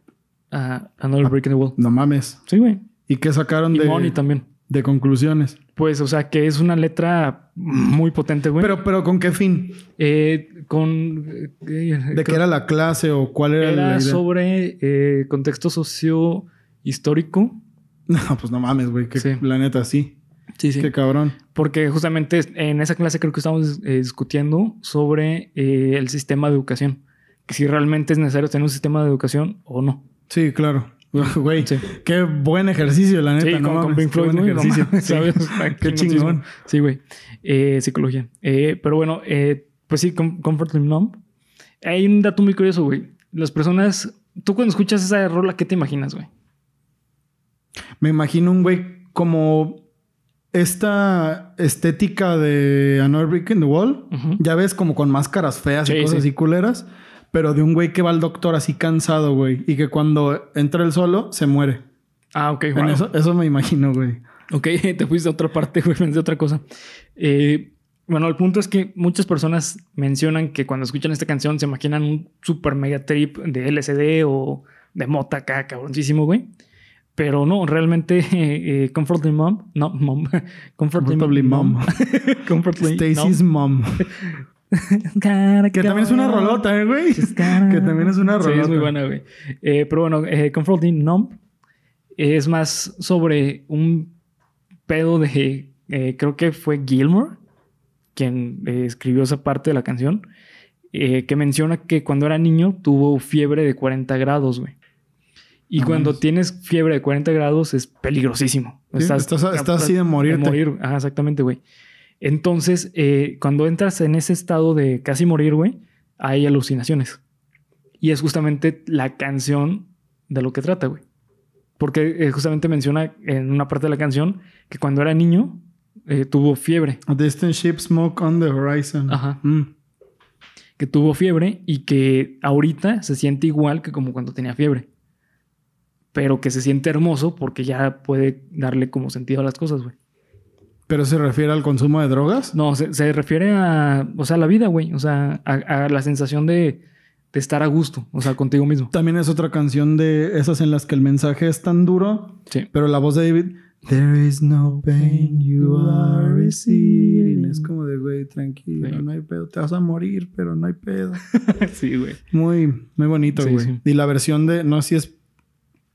A: a Another Break in the Wall.
B: No mames.
A: Sí, güey.
B: ¿Y qué sacaron
A: Y
B: de,
A: Money también.
B: de conclusiones?
A: Pues, o sea, que es una letra muy potente, güey.
B: Pero, pero ¿con qué fin?
A: Eh, con.
B: ¿De qué era la clase o cuál era, la idea?
A: sobre eh, contexto socio-histórico.
B: No, pues no mames, güey. Que
A: Sí.
B: La neta, sí.
A: Sí,
B: Qué cabrón.
A: Porque justamente en esa clase creo que estamos eh, discutiendo sobre eh, el sistema de educación. Que si realmente es necesario tener un sistema de educación o no.
B: Sí, claro. Güey,
A: Sí.
B: qué buen ejercicio, la neta.
A: Sí,
B: no
A: con,
B: mames,
A: con Pink
B: qué
A: Floyd,
B: buen
A: güey, no
B: ejercicio.
A: mames,
B: Sí.
A: ¿sabes? O sea,
B: Qué chingón.
A: Sí, güey. Eh, psicología. Eh, pero bueno, eh, pues sí, com Comfort Numb. Hay un dato muy curioso, güey. Las personas... Tú cuando escuchas esa rola, ¿qué te imaginas, güey?
B: Me imagino un güey como esta estética de Another Brick in the Wall.
A: Ujú.
B: Ya ves, como con máscaras feas
A: Sí,
B: y cosas
A: sí.
B: así culeras. Pero de un güey que va al doctor así cansado, güey. Y que cuando entra el solo, se muere.
A: Ah, ok.
B: En
A: wow.
B: eso, eso me imagino, güey.
A: Ok, te fuiste a otra parte, güey. Pensé otra cosa. Eh, Bueno, el punto es que muchas personas mencionan que cuando escuchan esta canción se imaginan un super mega trip de LSD o de mota acá, cabroncísimo, güey. Pero no, realmente eh, eh, Comfortably Mom, no, Mom,
B: Comfortably Mom.
A: Comfortably
B: Stacy's Mom. Que también es una rolota, eh, güey.
A: She's
B: que
A: gotta-
B: también es una rolota.
A: Sí, es muy buena, güey. Eh, pero bueno, eh, Comforting Numb es más sobre un pedo de. eh, creo que fue Gilmore quien eh, escribió esa parte de la canción. eh, que menciona que cuando era niño tuvo fiebre de 40 grados, güey. Y
B: No
A: cuando
B: mames.
A: tienes fiebre de 40 grados es peligrosísimo.
B: Sí, estás- estás así de morirte.
A: morir. Ajá, exactamente, güey. Entonces, eh, cuando entras en ese estado de casi morir, güey, hay alucinaciones. Y es justamente la canción de lo que trata, güey. Porque eh, justamente menciona en una parte de la canción que cuando era niño eh, tuvo fiebre.
B: A distant este ship smoke on the horizon.
A: Ajá.
B: Mm.
A: Que tuvo fiebre y que ahorita se siente igual que como cuando tenía fiebre. Pero que se siente hermoso porque ya puede darle como sentido a las cosas, güey.
B: ¿Pero se refiere al consumo de drogas?
A: No, se, se refiere a, o sea, a la vida, güey. O sea, a, a la sensación de, de estar a gusto, o sea, contigo mismo.
B: También es otra canción de esas en las que el mensaje es tan duro,
A: Sí.
B: pero la voz de David... There is no pain you are receiving. Es como de, güey, tranquilo,
A: Sí.
B: no hay pedo. Te vas a morir, pero no hay pedo.
A: sí, güey.
B: Muy, muy bonito,
A: Sí,
B: güey.
A: sí.
B: Y la versión de, no sé si es,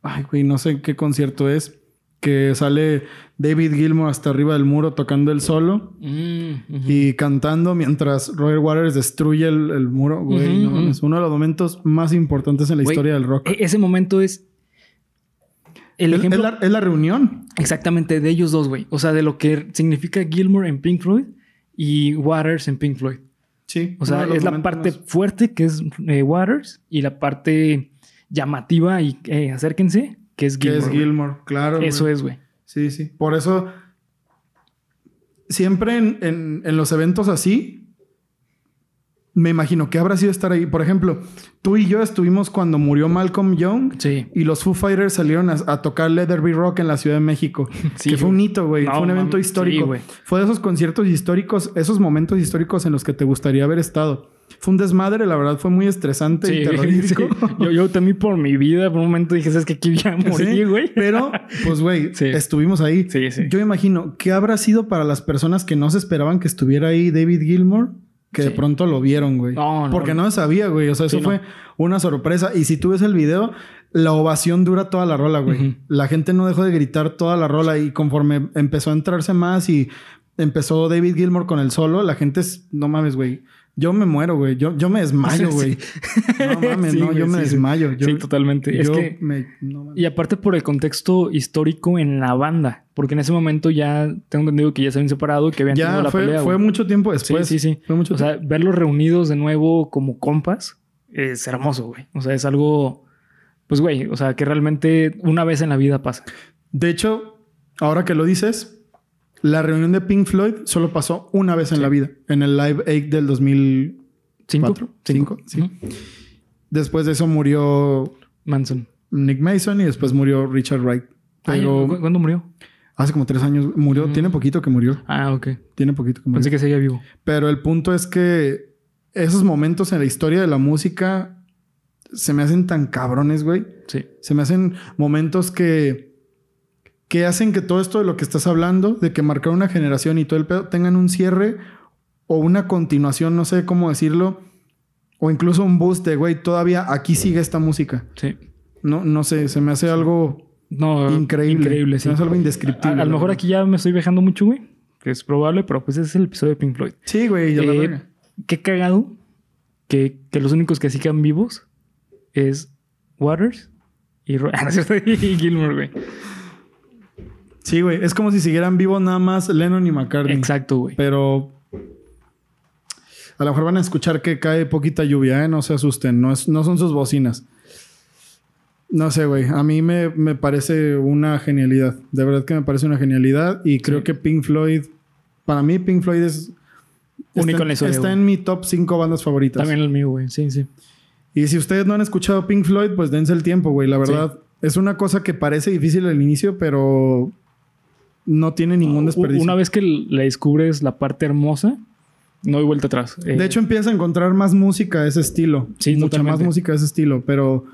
B: ay, güey, no sé qué concierto es, que sale David Gilmour hasta arriba del muro tocando el solo
A: Mm,
B: y cantando mientras Roger Waters destruye el, el muro, güey.
A: Ujú,
B: no mames, uno de los momentos más importantes en la
A: Güey,
B: historia del rock.
A: E- Ese momento es el
B: Es-
A: ejemplo
B: es, la, es la reunión.
A: exactamente de ellos dos, güey. O sea, de lo que significa Gilmore en Pink Floyd y Waters en Pink Floyd.
B: Sí.
A: O sea,
B: uno de los
A: es la
B: momentos
A: parte
B: más-
A: fuerte que es eh, Waters y la parte llamativa y eh, acérquense que es
B: que
A: Gilmore.
B: es Gilmour, claro.
A: Eso es, güey.
B: Sí, sí. Por eso, siempre en, en- en los eventos así, me imagino que habrá sido estar ahí. Por ejemplo, tú y yo estuvimos cuando murió Malcolm Young
A: Sí.
B: y los Foo Fighters salieron a, a tocar Leatherby Rock en la Ciudad de México.
A: Sí,
B: que fue un hito, güey.
A: No,
B: fue un evento
A: mami, sí,
B: histórico.
A: güey.
B: fue de esos conciertos históricos, esos momentos históricos en los que te gustaría haber estado. Fue un desmadre, la verdad, fue muy estresante y
A: Sí,
B: terrorífico.
A: sí. Yo, yo temí por mi vida. Por un momento dije, ¿sabes que Aquí voy a
B: Sí,
A: morir, güey.
B: Pero, pues, güey,
A: Sí.
B: estuvimos ahí.
A: Sí, sí.
B: Yo imagino, ¿qué habrá sido para las personas que no se esperaban que estuviera ahí David Gilmour? Que de
A: Sí.
B: pronto lo vieron, güey.
A: No, no,
B: Porque no se sabía, güey. O sea, eso
A: Sí, no.
B: fue una sorpresa. Y si tú ves el video, la ovación dura toda la rola, güey.
A: Ujú.
B: La gente no dejó de gritar toda la rola. Y conforme empezó a entrarse más y empezó David Gilmour con el solo, la gente es... No mames, güey. Yo me muero, güey. Yo, yo me desmayo,
A: Sí.
B: güey. No mames,
A: Sí,
B: no.
A: güey,
B: Yo me
A: sí, sí.
B: desmayo. Yo,
A: sí, totalmente. es
B: yo
A: que
B: me... no mames.
A: Y aparte por el contexto histórico en la banda, porque en ese momento ya tengo entendido que ya se habían separado y que habían tenido
B: Ya,
A: la
B: fue,
A: pelea.
B: fue
A: güey.
B: mucho tiempo
A: Sí,
B: después.
A: sí, sí.
B: Fue mucho
A: O sea, verlos reunidos de nuevo como compas es hermoso, güey. O sea, es algo, pues, güey, o sea, que realmente una vez en la vida pasa.
B: De hecho, ahora que lo dices, la reunión de Pink Floyd solo pasó una vez en la vida, en el Live 8 del 2000.
A: ¿Cinco?
B: Cuatro, cinco, sí.
A: Ujú.
B: Después de eso murió
A: Manson.
B: Nick Mason y después murió Richard Wright.
A: Ay, ¿cu-
B: Pero
A: ¿Cuándo murió?
B: hace como tres años murió,
A: Mm.
B: tiene poquito que murió,
A: Ah, ok.
B: tiene poquito que murió.
A: Pensé que seguía vivo.
B: Pero el punto es que esos momentos en la historia de la música se me hacen tan cabrones, güey.
A: Sí.
B: Se me hacen momentos que, que hacen que todo esto de lo que estás hablando, de que marcar una generación y todo el pedo, tengan un cierre o una continuación, no sé cómo decirlo, o incluso un boost de, güey, todavía aquí sigue esta música.
A: Sí.
B: No, no sé, se me hace algo
A: No,
B: increíble.
A: Ah, Increíble, sí.
B: Se me hace algo
A: A, a
B: indescriptible.
A: lo
B: la
A: mejor
B: verdad.
A: aquí ya me estoy viajando mucho, güey. Que es probable, pero pues ese es el episodio de Pink Floyd.
B: Sí, güey, ya la
A: Eh,
B: verga.
A: qué cagado que, que los únicos que sí quedan vivos es Waters y, Ro- Ah, no es cierto, y Gilmore, güey.
B: Sí, güey, es como si siguieran vivos nada más Lennon y McCartney.
A: Exacto, güey.
B: Pero a lo mejor van a escuchar que cae poquita lluvia, ¿eh? No se asusten, no, es- no son sus bocinas. No sé, güey. A mí me, me parece una genialidad. De verdad que me parece una genialidad. Y creo
A: Sí.
B: que Pink Floyd, para mí Pink Floyd es...
A: Único
B: está,
A: en la historia,
B: está
A: güey.
B: en mi top 5 bandas favoritas.
A: También el mío, güey. Sí, sí.
B: Y si ustedes no han escuchado Pink Floyd, pues dense el tiempo, güey. La verdad, es una cosa que parece difícil al inicio, pero no tiene ningún
A: U-
B: desperdicio.
A: Una vez que le descubres la parte hermosa, No hay vuelta atrás. Eh,
B: De hecho, empieza a encontrar más música de ese estilo.
A: Sí,
B: Mucha
A: totalmente.
B: más música de ese estilo. Pero,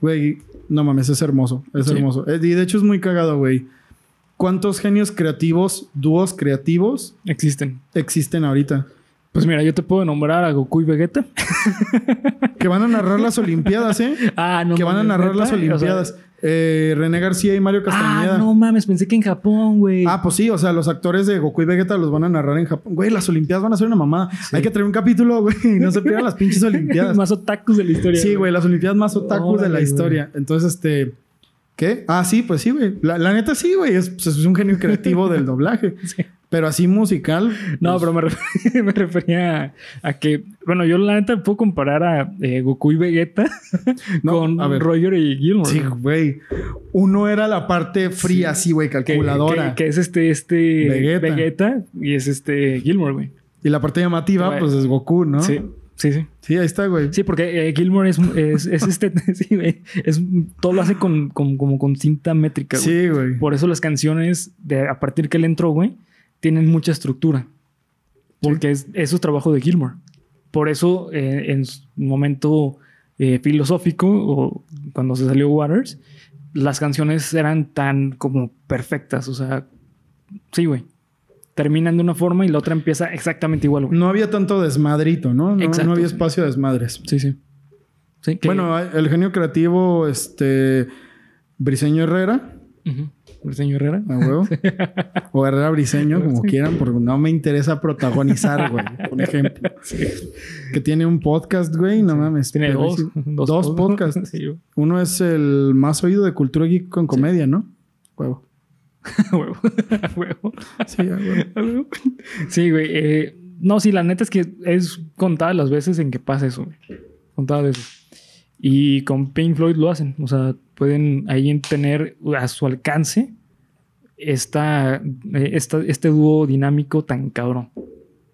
B: güey, no mames, es hermoso. Es
A: Sí.
B: hermoso. Eh, Y de hecho es muy cagado, güey. ¿Cuántos genios creativos, dúos creativos,
A: existen.
B: existen ahorita?
A: Pues mira, yo te puedo nombrar a Goku y Vegeta.
B: Que van a narrar las Olimpiadas, ¿eh?
A: Ah, no.
B: que van a
A: mames,
B: narrar
A: ¿neta?
B: las
A: O sea,
B: Olimpiadas. Eh, René García y Mario Castañeda.
A: ah, no mames, pensé que en Japón, güey.
B: Ah, pues sí, o sea, los actores de Goku y Vegeta los van a narrar en Japón. Güey, las Olimpiadas van a ser una mamada. Hay que traer un capítulo, güey, y no se pierdan las pinches Olimpiadas.
A: Más otakus de la historia.
B: Sí, güey, las Olimpiadas más otakus de
A: Órale,
B: la
A: güey.
B: historia. Entonces, este. ¿Qué? Ah, sí, pues sí, güey. La, la neta sí, güey. Es, pues, es un genio creativo del doblaje.
A: Sí.
B: Pero así musical.
A: No,
B: pues,
A: pero me, refer- me refería a, a que, bueno, yo la neta puedo comparar a eh, Goku y Vegeta
B: No,
A: con
B: a ver.
A: Roger y Gilmore.
B: Sí, güey. Uno era la parte fría,
A: Sí.
B: así, güey,
A: que,
B: calculadora.
A: que- que es este, este
B: Vegeta.
A: Vegeta. y es este Gilmore, güey.
B: Y la parte llamativa,
A: Güey.
B: pues es Goku, ¿no?
A: Sí, sí, sí.
B: Sí, ahí está, güey.
A: Sí, porque eh, Gilmore es, es, es este, sí, güey, es, todo lo hace con, con- como con cinta métrica, güey.
B: Sí, güey.
A: Por eso las canciones, de, a partir que él entró, güey, tienen mucha estructura. Porque es, eso es trabajo de Gilmore. Por eso, eh, en su momento eh, filosófico, o cuando se salió Waters, las canciones eran tan como perfectas. O sea, sí, güey. Terminan de una forma y la otra empieza exactamente igual, güey.
B: No había tanto desmadrito, ¿no? No,
A: Exacto,
B: no había
A: sí.
B: espacio de desmadres.
A: Sí, sí. Sí, que-
B: Bueno, el genio creativo, este. Briseño Herrera,
A: Ujú. Briseño Herrera.
B: a huevo. o Herrera Briseño, como quieran, porque no me interesa protagonizar, güey. Un ejemplo. Que tiene un podcast, güey, no mames.
A: Tiene
B: pero
A: dos,
B: sí. Dos, podcasts.
A: Sí, güey.
B: Uno es el más oído de Cultura Geek con comedia, ¿no? Huevo.
A: A huevo. A huevo.
B: Sí, a huevo.
A: Sí, güey. eh, no, sí, la neta es que es contadas las veces en que pasa eso, güey. Contadas veces. Y con Pink Floyd lo hacen. O sea, pueden ahí tener a su alcance esta, eh, esta- este dúo dinámico tan cabrón.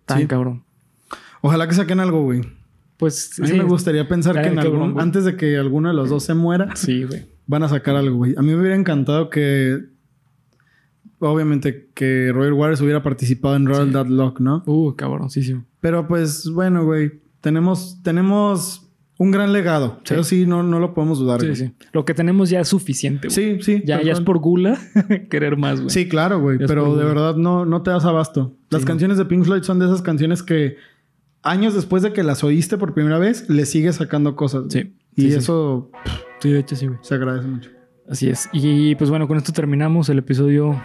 A: Tan
B: Sí.
A: cabrón.
B: Ojalá que saquen algo, güey.
A: Pues
B: A mí
A: sí,
B: me gustaría pensar que
A: Estaría
B: en
A: cabrón,
B: algún,
A: güey.
B: antes de que alguno de los dos se muera,
A: Sí, güey.
B: van a sacar algo, güey. A mí me hubiera encantado que. Obviamente que Roger Waters hubiera participado en Royal That Lock, ¿no?
A: Uh, cabrón, sí, sí.
B: Pero pues bueno, güey. Tenemos, tenemos un gran legado.
A: Sí.
B: Eso sí, no, no lo podemos dudar.
A: Sí,
B: güey.
A: sí. Lo que tenemos ya es suficiente, güey.
B: sí. sí,
A: ya,
B: tal
A: ya es
B: cual.
A: por gula querer más, güey.
B: Sí, claro, güey.
A: Ya es
B: Pero
A: por
B: de
A: gula.
B: verdad no, no te das abasto. Las
A: Sí, no.
B: canciones de Pink Floyd son de esas canciones que años después de que las oíste por primera vez, le sigues sacando cosas. güey.
A: Sí.
B: Y
A: Sí, sí.
B: eso
A: Sí, de hecho, sí, güey.
B: se agradece mucho.
A: Así es. Y pues bueno, con esto terminamos el episodio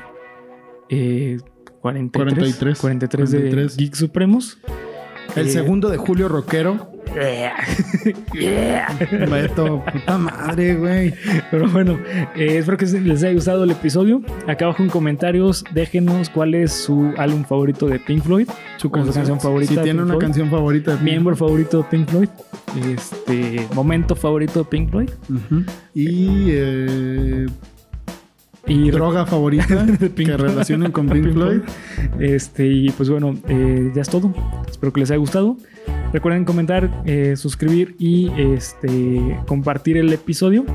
A: eh, 43,
B: 43.
A: 43 de
B: 43.
A: Geek Supremos.
B: El
A: Eh,
B: segundo de Julio Rockero. Beto, puta madre, güey.
A: Pero bueno, eh, espero que les haya gustado el episodio. Acá abajo en comentarios, déjenos cuál es su álbum favorito de Pink Floyd,
B: Su
A: canción favorita
B: Si
A: de
B: tiene
A: Pink
B: una
A: Floyd.
B: canción favorita de Pink
A: miembro favorito de Pink Floyd, este momento favorito de Pink Floyd
B: Ujú. Y eh,
A: y
B: droga favorita
A: De Pink
B: que
A: Floyd.
B: relacionen con Pink Floyd.
A: Este, y pues bueno, eh, ya es todo. Espero que les haya gustado. Recuerden comentar, eh, suscribir y este, compartir el episodio.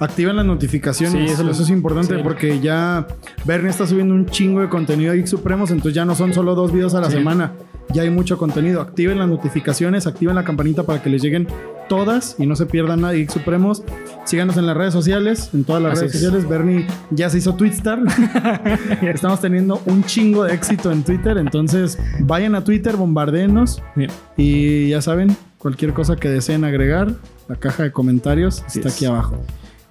B: Activen las notificaciones.
A: Sí, eso
B: eso,
A: lo-
B: es importante
A: sí.
B: porque ya Verne está subiendo un chingo de contenido a Geek Supremos, entonces ya no son solo dos videos a la
A: Sí.
B: semana. Ya hay mucho contenido. Activen las notificaciones, activen la campanita para que les lleguen todas y no se pierdan nada de Geek Supremos. Síganos en las redes sociales, en todas las
A: Así
B: redes
A: es.
B: sociales. Bernie ya se hizo Twitstar. Estamos teniendo un chingo de éxito en Twitter, entonces vayan a Twitter, bombardeenos.
A: Bien.
B: Y ya saben, cualquier cosa que deseen agregar, la caja de comentarios
A: Así
B: está
A: es.
B: aquí abajo.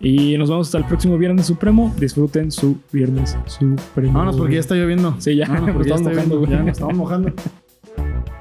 A: Y nos vemos hasta el próximo Viernes Supremo. Disfruten su Viernes Supremo.
B: Vámonos porque ya está lloviendo.
A: Sí, ya,
B: Vámonos, porque
A: nos
B: ya
A: estamos
B: está
A: mojando,
B: lloviendo,
A: güey.
B: ya nos estamos mojando.